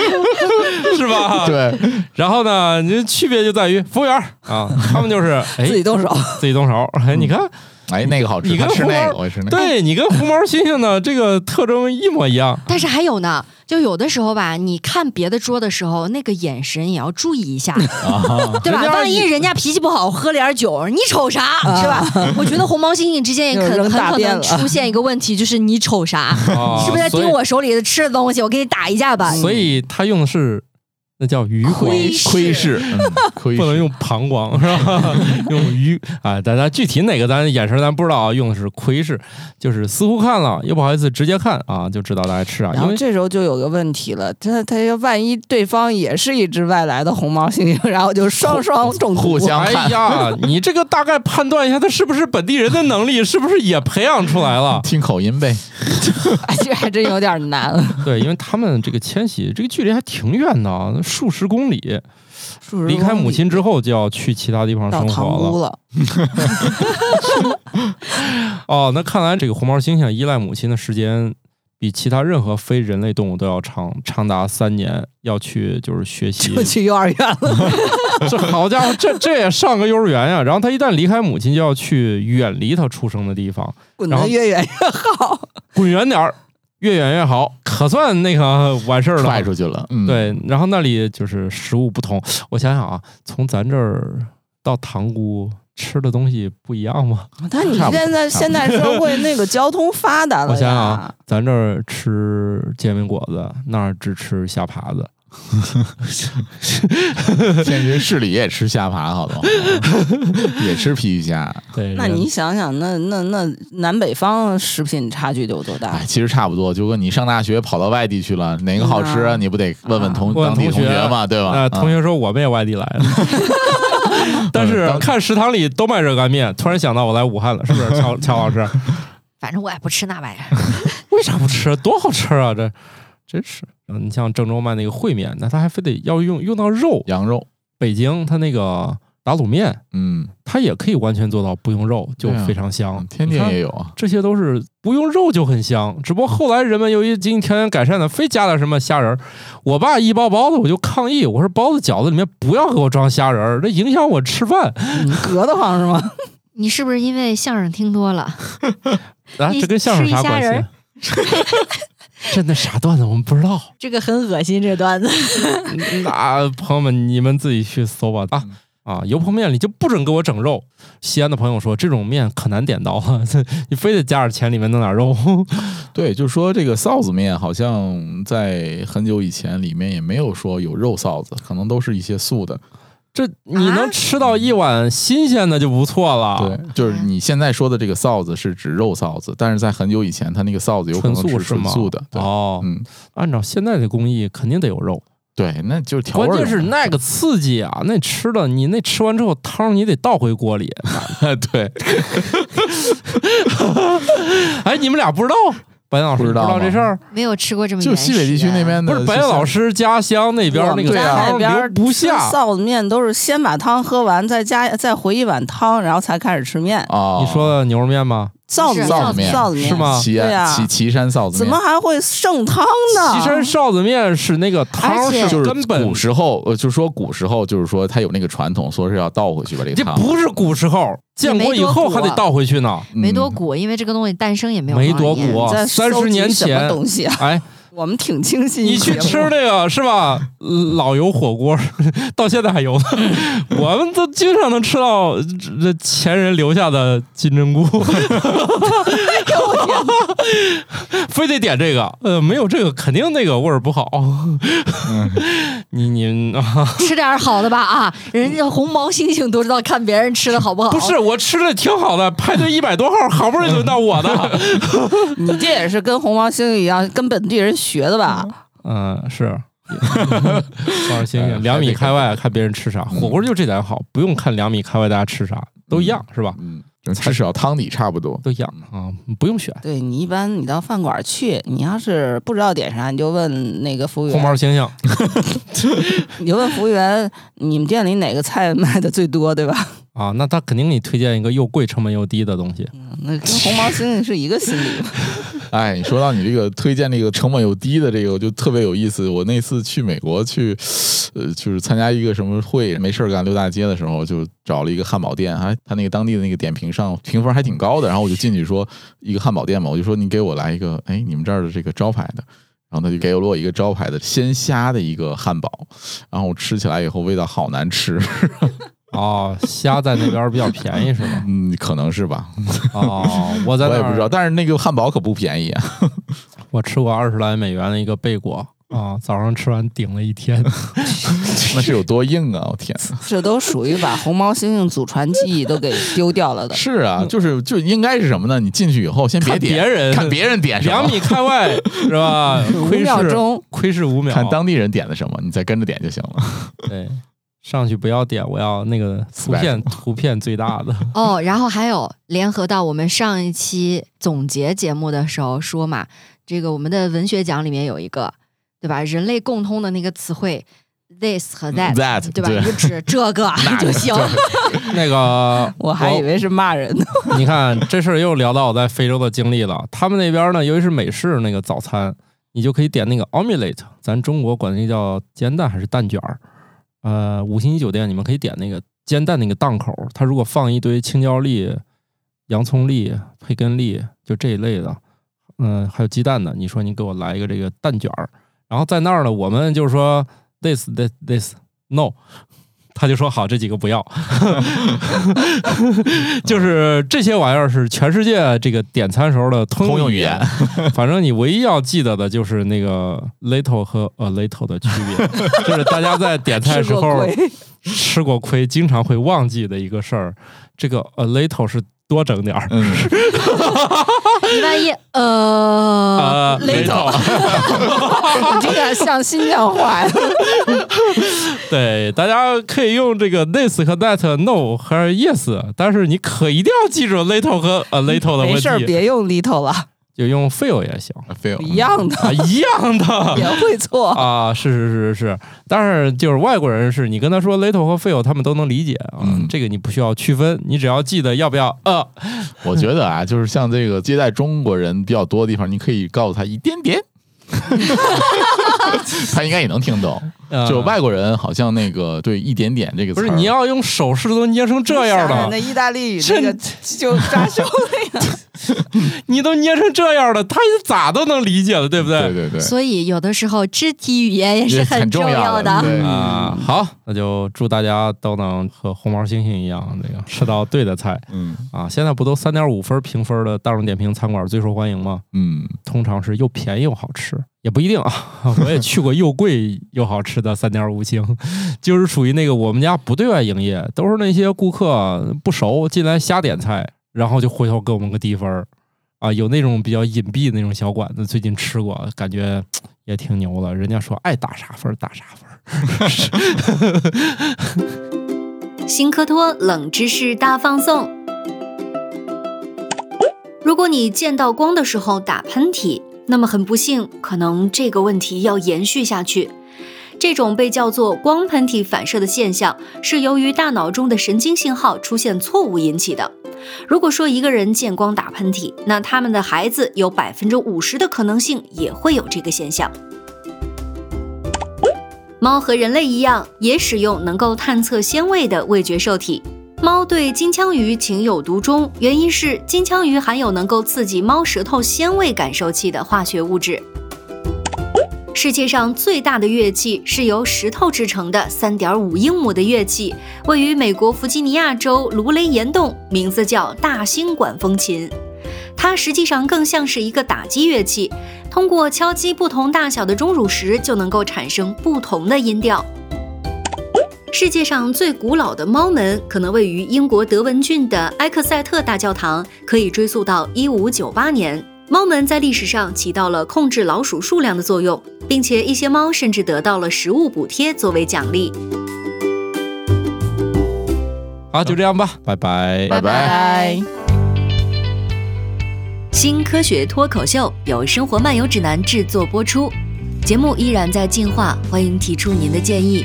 [SPEAKER 1] 是吧？。
[SPEAKER 3] 对，
[SPEAKER 1] 然后呢，你这区别就在于服务员儿啊，他们就是哎
[SPEAKER 4] 自己动手。
[SPEAKER 1] 自己动手，哎，你看
[SPEAKER 3] 哎，那个好吃，
[SPEAKER 1] 你跟
[SPEAKER 3] 他吃那
[SPEAKER 1] 红
[SPEAKER 3] 个，我吃那个。
[SPEAKER 1] 对你跟红毛猩猩呢，这个特征一模一样。
[SPEAKER 2] 但是还有呢，就有的时候吧，你看别的桌的时候，那个眼神也要注意一下，对吧？
[SPEAKER 1] 人家
[SPEAKER 2] 万一人家脾气不好，喝点儿酒，你瞅 啥，是吧？我觉得红毛猩猩之间也
[SPEAKER 4] 又
[SPEAKER 2] 很
[SPEAKER 4] 扔
[SPEAKER 2] 很
[SPEAKER 4] 大
[SPEAKER 2] 可
[SPEAKER 4] 便
[SPEAKER 2] 能
[SPEAKER 4] 了
[SPEAKER 2] 出现一个问题，就是你瞅 啥，
[SPEAKER 1] 啊
[SPEAKER 2] 是不是在
[SPEAKER 1] 所以
[SPEAKER 2] 盯我手里的吃的东西？我跟你打一架吧。
[SPEAKER 1] 所以他用的是那叫余光，
[SPEAKER 2] 窥视
[SPEAKER 3] 窥视，嗯窥
[SPEAKER 1] 不能
[SPEAKER 3] 视，
[SPEAKER 1] 用膀胱是吧？用余啊，大家具体哪个咱眼神咱不知道啊，用的是窥视，就是似乎看了又不好意思直接看啊，就知道大家吃啥，
[SPEAKER 4] 然
[SPEAKER 1] 因
[SPEAKER 4] 后
[SPEAKER 1] 为。
[SPEAKER 4] 这时候就有个问题了，他他要万一对方也是一只外来的红毛猩猩，然后就双双中毒。
[SPEAKER 3] 互相
[SPEAKER 1] 哎
[SPEAKER 3] 看
[SPEAKER 1] 呀，你这个大概判断一下他是不是本地人的能力，是不是也培养出来 了？
[SPEAKER 3] 听口音呗。
[SPEAKER 4] 哎这还真有点难。
[SPEAKER 1] 对，因为他们这个迁徙，这个距离还挺远的啊，数十公里。离开母亲之后就要去其他地方
[SPEAKER 4] 到
[SPEAKER 1] 生
[SPEAKER 4] 堂
[SPEAKER 1] 活了
[SPEAKER 4] 屋。了，
[SPEAKER 1] 哦，那看来这个红毛猩猩依赖母亲的时间比其他任何非人类动物都要长，长达三年，要去就是学习
[SPEAKER 4] 就。去幼儿园了。
[SPEAKER 1] 这 好家伙，这这也上个幼儿园呀、然后他一旦离开母亲，就要去远离他出生的地方，
[SPEAKER 4] 滚
[SPEAKER 1] 然
[SPEAKER 4] 得
[SPEAKER 1] 后
[SPEAKER 4] 越远越好。
[SPEAKER 1] 滚远点儿，越远越好，可算那个完事儿
[SPEAKER 3] 踹
[SPEAKER 1] 了。
[SPEAKER 3] 出去了，嗯，，
[SPEAKER 1] 对，然后那里就是食物不同，我想想啊，从咱这儿到塘沽吃的东西不一样吗？
[SPEAKER 4] 但你
[SPEAKER 3] 差不多
[SPEAKER 4] 现在
[SPEAKER 3] 差不多
[SPEAKER 4] 现代社会那个交通发达
[SPEAKER 1] 我
[SPEAKER 4] 了
[SPEAKER 1] 想想啊
[SPEAKER 4] 呀，，
[SPEAKER 1] 咱这儿吃煎饼果子，那儿只吃虾爬子，
[SPEAKER 3] 天津市里也吃虾爬， 好多也吃皮皮虾，
[SPEAKER 1] 对，
[SPEAKER 4] 那
[SPEAKER 1] 人
[SPEAKER 4] 你想想，那那那南北方食品差距得有多大
[SPEAKER 3] 哎，？其实差不多，就跟你上大学跑到外地去了，哪个好吃，
[SPEAKER 4] 嗯啊
[SPEAKER 3] 你不得问问同
[SPEAKER 1] 问
[SPEAKER 3] 当地
[SPEAKER 1] 同
[SPEAKER 3] 啊同
[SPEAKER 1] 学
[SPEAKER 3] 学嘛，对吧？
[SPEAKER 1] 那
[SPEAKER 3] 啊
[SPEAKER 1] 同学说我们也外地 来的，但
[SPEAKER 3] 嗯
[SPEAKER 1] 是看食堂里都卖热干面，突然想到我来武汉了，是不是？乔乔老师，
[SPEAKER 2] 反正我也不吃那玩意儿。
[SPEAKER 1] 为啥不吃？多好吃啊！这真是，嗯你像郑州卖那个烩面，那他还非得要用用到肉。
[SPEAKER 3] 羊肉，
[SPEAKER 1] 北京他那个打卤面，
[SPEAKER 3] 嗯，
[SPEAKER 1] 他也可以完全做到不用肉就
[SPEAKER 3] 对啊
[SPEAKER 1] 非常香。嗯
[SPEAKER 3] 天津
[SPEAKER 1] 你看
[SPEAKER 3] 也有啊，
[SPEAKER 1] 这些都是不用肉就很香，只不过后来人们由于经济条件改善呢，非加点什么虾仁儿。我爸一包包子，我就抗议，我说包子饺子里面不要给我装虾仁儿，这影响我吃饭。
[SPEAKER 4] 你隔得慌是 吗？
[SPEAKER 2] 你是不是因为相声听多了？
[SPEAKER 1] 啊，
[SPEAKER 2] 你
[SPEAKER 1] 这跟相声
[SPEAKER 2] 吃一
[SPEAKER 1] 啥
[SPEAKER 2] 虾
[SPEAKER 1] 关
[SPEAKER 2] 仁
[SPEAKER 1] 系
[SPEAKER 2] 儿？
[SPEAKER 1] 真的啥段子我们不知 道，
[SPEAKER 2] 这个很恶心，这段子。
[SPEAKER 1] 那朋友们你们自己去搜吧啊。啊，油泼面里就不准给我整肉。西安的朋友说，这种面可难点到 了，你非得加点钱，里面弄点肉。
[SPEAKER 3] 对，就说这个臊子面，好像在很久以前里面也没有说有肉臊子，可能都是一些素的。
[SPEAKER 1] 这你能吃到一碗新鲜的就不错了。
[SPEAKER 3] 对，啊就是你现在说的这个臊子是指肉臊子，但是在很久以前，它那个臊子有可
[SPEAKER 1] 纯
[SPEAKER 3] 能
[SPEAKER 1] 素
[SPEAKER 3] 是
[SPEAKER 1] 是
[SPEAKER 3] 纯
[SPEAKER 1] 吗？
[SPEAKER 3] 素的。对，
[SPEAKER 1] 哦，
[SPEAKER 3] 嗯，
[SPEAKER 1] 按照现在的工艺，肯定得有肉。
[SPEAKER 3] 对，那就是调味
[SPEAKER 1] 关
[SPEAKER 3] 儿嘛。
[SPEAKER 1] 键是那个刺激啊，那吃的你那吃完之后汤你得倒回锅里。
[SPEAKER 3] 对，
[SPEAKER 1] 哎，你们俩不知道，白岩老师
[SPEAKER 3] 不知道
[SPEAKER 1] 道这事儿，
[SPEAKER 2] 没有吃过这么
[SPEAKER 3] 就
[SPEAKER 2] 原始
[SPEAKER 3] 西北地区
[SPEAKER 2] 的
[SPEAKER 3] 那边
[SPEAKER 1] 不
[SPEAKER 3] 的
[SPEAKER 1] 是白岩老
[SPEAKER 3] 师，
[SPEAKER 1] 师家乡那边
[SPEAKER 3] 啊
[SPEAKER 4] 我
[SPEAKER 1] 那
[SPEAKER 4] 们
[SPEAKER 1] 个
[SPEAKER 4] 家啊那
[SPEAKER 1] 汤留
[SPEAKER 4] 边
[SPEAKER 1] 不
[SPEAKER 4] 吃
[SPEAKER 1] 下。
[SPEAKER 4] 臊子面都是先把汤喝完，再加再回一碗汤，然后才开始吃面。
[SPEAKER 3] 哦，
[SPEAKER 1] 你说的牛肉面吗？
[SPEAKER 4] 臊子面，
[SPEAKER 3] 臊子面
[SPEAKER 4] 臊子面
[SPEAKER 1] 是吗
[SPEAKER 3] 岐
[SPEAKER 4] 对
[SPEAKER 3] 安
[SPEAKER 4] 呀
[SPEAKER 3] 岐岐啊山臊子
[SPEAKER 4] 怎
[SPEAKER 3] 面
[SPEAKER 4] 么。还会剩汤呢？
[SPEAKER 1] 岐山臊子面是那个汤
[SPEAKER 2] 而且
[SPEAKER 1] 是
[SPEAKER 3] 就是
[SPEAKER 1] 根本
[SPEAKER 3] 古，时候，呃，就说古时候，就是说他有那个传统，说是要倒回去把这个
[SPEAKER 1] 这
[SPEAKER 3] 汤，
[SPEAKER 1] 不是古时候，建国以
[SPEAKER 4] 啊
[SPEAKER 1] 后还得倒回去呢。
[SPEAKER 2] 没多
[SPEAKER 3] 嗯
[SPEAKER 2] 古，因为这个东西诞生也没有
[SPEAKER 1] 没多
[SPEAKER 2] 多少年
[SPEAKER 1] 古
[SPEAKER 4] 在
[SPEAKER 1] 30
[SPEAKER 4] 收集
[SPEAKER 1] 年
[SPEAKER 4] 什
[SPEAKER 1] 前
[SPEAKER 4] 么东西啊？
[SPEAKER 1] 哎，
[SPEAKER 4] 我们挺清晰。
[SPEAKER 1] 你去吃那个是吧？老油火锅，到现在还有呢。我们都经常能吃到这前人留下的金针菇，非得点这个，呃，没有这个肯定那个味儿不好。嗯 你 你啊，
[SPEAKER 2] 吃点儿好的吧啊！人家红毛猩猩都知道看别人吃的好不好。
[SPEAKER 1] 不是我吃的挺好的，排队一百多号，好不容易轮到我的。
[SPEAKER 4] 你这也是跟红毛猩猩一样，跟本地人学的吧？
[SPEAKER 1] 嗯，是。多少星星，两米开外看别人吃啥，火锅就这点好，不用看两米开外大家吃啥，都一样是吧？
[SPEAKER 3] 嗯，它只要汤底差不多。
[SPEAKER 1] 都一样啊，不用选。
[SPEAKER 4] 对你一般你到饭馆去，你要是不知道点啥，你就问那个服务
[SPEAKER 1] 红毛
[SPEAKER 4] 员，
[SPEAKER 1] 猩猩，
[SPEAKER 4] 你就问服务员，你们店里哪个菜卖的最多，对吧？
[SPEAKER 1] 啊，那他肯定给你推荐一个又贵、成本又低的东西。
[SPEAKER 4] 那跟红毛猩猩是一个心理。
[SPEAKER 3] 哎，你说到你这个推荐这个成本又低的这个，我就特别有意思。我那次去美国去，呃，就是参加一个什么会，没事儿干溜大街的时候，就找了一个汉堡店，还他那个当地的那个点评上评分还挺高的。然后我就进去说一个汉堡店嘛，我就说你给我来一个，哎，你们这儿的这个招牌的。然后他就给了我一个招牌的鲜虾的一个汉堡，然后我吃起来以后味道好难吃，
[SPEAKER 1] 哦，虾在那边比较便宜是吗？
[SPEAKER 3] 嗯，可能是吧，
[SPEAKER 1] 哦，我在
[SPEAKER 3] 我
[SPEAKER 1] 那
[SPEAKER 3] 也不知道。
[SPEAKER 1] 儿
[SPEAKER 3] 但是那个汉堡可不便宜啊，
[SPEAKER 1] 我吃过二十来美元的一个贝果啊，早上吃完顶了一天。
[SPEAKER 3] 那是有多硬啊！我天，
[SPEAKER 4] 这都属于把红毛猩猩祖传记忆都给丢掉了的。
[SPEAKER 3] 是啊，就是就应该是什么呢？你进去以后先别
[SPEAKER 1] 嗯看
[SPEAKER 3] 点，
[SPEAKER 1] 别人
[SPEAKER 3] 看别人点什么，
[SPEAKER 1] 两米开外 是吧？
[SPEAKER 4] 五
[SPEAKER 1] 窥
[SPEAKER 4] 秒
[SPEAKER 1] 视
[SPEAKER 4] 钟，
[SPEAKER 1] 窥视五秒。
[SPEAKER 3] 看当地人点的什么，你再跟着点就行 了。
[SPEAKER 1] 对，上去不要点，我要那个图片图片最大的。
[SPEAKER 2] 哦，然后还有联合到我们上一期总结节目的时候说嘛，这个我们的文学奖里面有一个，对吧？人类共通的那个词汇 this 和 that，,
[SPEAKER 3] That，
[SPEAKER 2] 对吧？
[SPEAKER 3] 对
[SPEAKER 2] 你就指这个就行。
[SPEAKER 1] 那个，
[SPEAKER 4] 我还以为是骂人呢。
[SPEAKER 1] 你看这事儿又聊到我在非洲的经历了。他们那边呢，由于是美式那个早餐，你就可以点那个 omelette，咱中国管那叫煎蛋还是蛋卷儿。呃，五星级酒店你们可以点那个煎蛋那个档口，它如果放一堆青椒粒、洋葱粒、培根粒，就这一类的，嗯、还有鸡蛋的，你说你给我来一个这个蛋卷儿，然后在那儿呢，我们就是说 this this this no， 他就说好，这几个不 要，就是这些玩意儿是全世界这个点餐时候的通
[SPEAKER 3] 通用
[SPEAKER 1] 用
[SPEAKER 3] 语言，
[SPEAKER 1] 反正你唯一要记得的就是那个 little 和 a little 的区别，就是大家在点菜时
[SPEAKER 4] 吃过
[SPEAKER 1] 候
[SPEAKER 4] 亏，
[SPEAKER 1] 吃过亏，经常会忘记的一个事儿。这个 a little 是多整点儿，
[SPEAKER 3] 嗯，
[SPEAKER 2] 一万一呃
[SPEAKER 4] 嗯
[SPEAKER 1] 呃，little
[SPEAKER 4] 你 这个像新疆话呀，
[SPEAKER 1] 对，大家可以用这个 this 和 that、no 和 yes，但是你可一定要记住 little 和 a little 的
[SPEAKER 4] 没
[SPEAKER 1] 问
[SPEAKER 4] 事儿
[SPEAKER 1] 题，
[SPEAKER 4] 别用 little 了，
[SPEAKER 1] 就用 feel 也行
[SPEAKER 3] 非有
[SPEAKER 4] 一样的
[SPEAKER 1] 啊，一样的。
[SPEAKER 4] 也会错。
[SPEAKER 1] 啊，是是是是，但是就是外国人是你跟他说 little 和 feel，他们都能理解啊，
[SPEAKER 3] 嗯
[SPEAKER 1] 这个你不需要区分，你只要记得要不要呃，
[SPEAKER 3] 我觉得啊，就是像这个接待中国人比较多的地方，你可以告诉他一点 点，他应该也能听懂。
[SPEAKER 1] 呃
[SPEAKER 3] 就外国人好像那个对一点点这个词
[SPEAKER 1] 不
[SPEAKER 3] 儿
[SPEAKER 1] 是你要用手势都捏成这样
[SPEAKER 4] 想想那
[SPEAKER 1] 了，
[SPEAKER 4] 意大利语那个就扎手 那样，
[SPEAKER 1] 你都捏成这样了，他咋都能理解了，对不对？
[SPEAKER 3] 对对对，
[SPEAKER 2] 所以有的时候肢体语言也是
[SPEAKER 3] 也很
[SPEAKER 2] 重
[SPEAKER 3] 要
[SPEAKER 2] 的。
[SPEAKER 3] 对
[SPEAKER 1] 啊、好，那就祝大家都能和红毛猩猩一样，这个吃到对的菜
[SPEAKER 3] 嗯
[SPEAKER 1] 啊！现在不都三点五分评分的大众点评餐馆最受欢迎吗？
[SPEAKER 3] 嗯，
[SPEAKER 1] 通常是又便宜又好吃，也不一定啊。 我也去过又贵又好吃的三点五星， 就是属于那个我们家不对外营业，都是那些顾客不熟进来瞎点菜，然后就回头给我们个低分儿啊。有那种比较隐蔽的那种小馆子，最近吃过，感觉也挺牛的。人家说爱打啥分儿打啥分儿。
[SPEAKER 5] 新科托冷知识大放送。如果你见到光的时候打喷嚏，那么很不幸，可能这个问题要延续下去。这种被叫做光喷嚏反射的现象，是由于大脑中的神经信号出现错误引起的。如果说一个人见光打喷嚏，那他们的孩子有百分之五十的可能性也会有这个现象。猫和人类一样，也使用能够探测鲜味的味觉受体。猫对金枪鱼情有独钟，原因是金枪鱼含有能够刺激猫舌头鲜味感受器的化学物质。世界上最大的乐器是由石头制成的3.5英亩的乐器，位于美国弗吉尼亚州卢雷岩洞，名字叫大兴管风琴。它实际上更像是一个打击乐器，通过敲击不同大小的钟乳石，就能够产生不同的音调。世界上最古老的猫门可能位于英国德文郡的埃克塞特大教堂，可以追溯到1598年。猫门在历史上起到了控制老鼠数量的作用，并且一些猫甚至得到了食物补贴作为奖励。
[SPEAKER 1] 好，就这样吧，拜拜。
[SPEAKER 3] 拜拜。
[SPEAKER 4] 拜。
[SPEAKER 5] 新科学脱口秀由生活漫游指南制作播出，节目依然在进化，欢迎提出您的建议，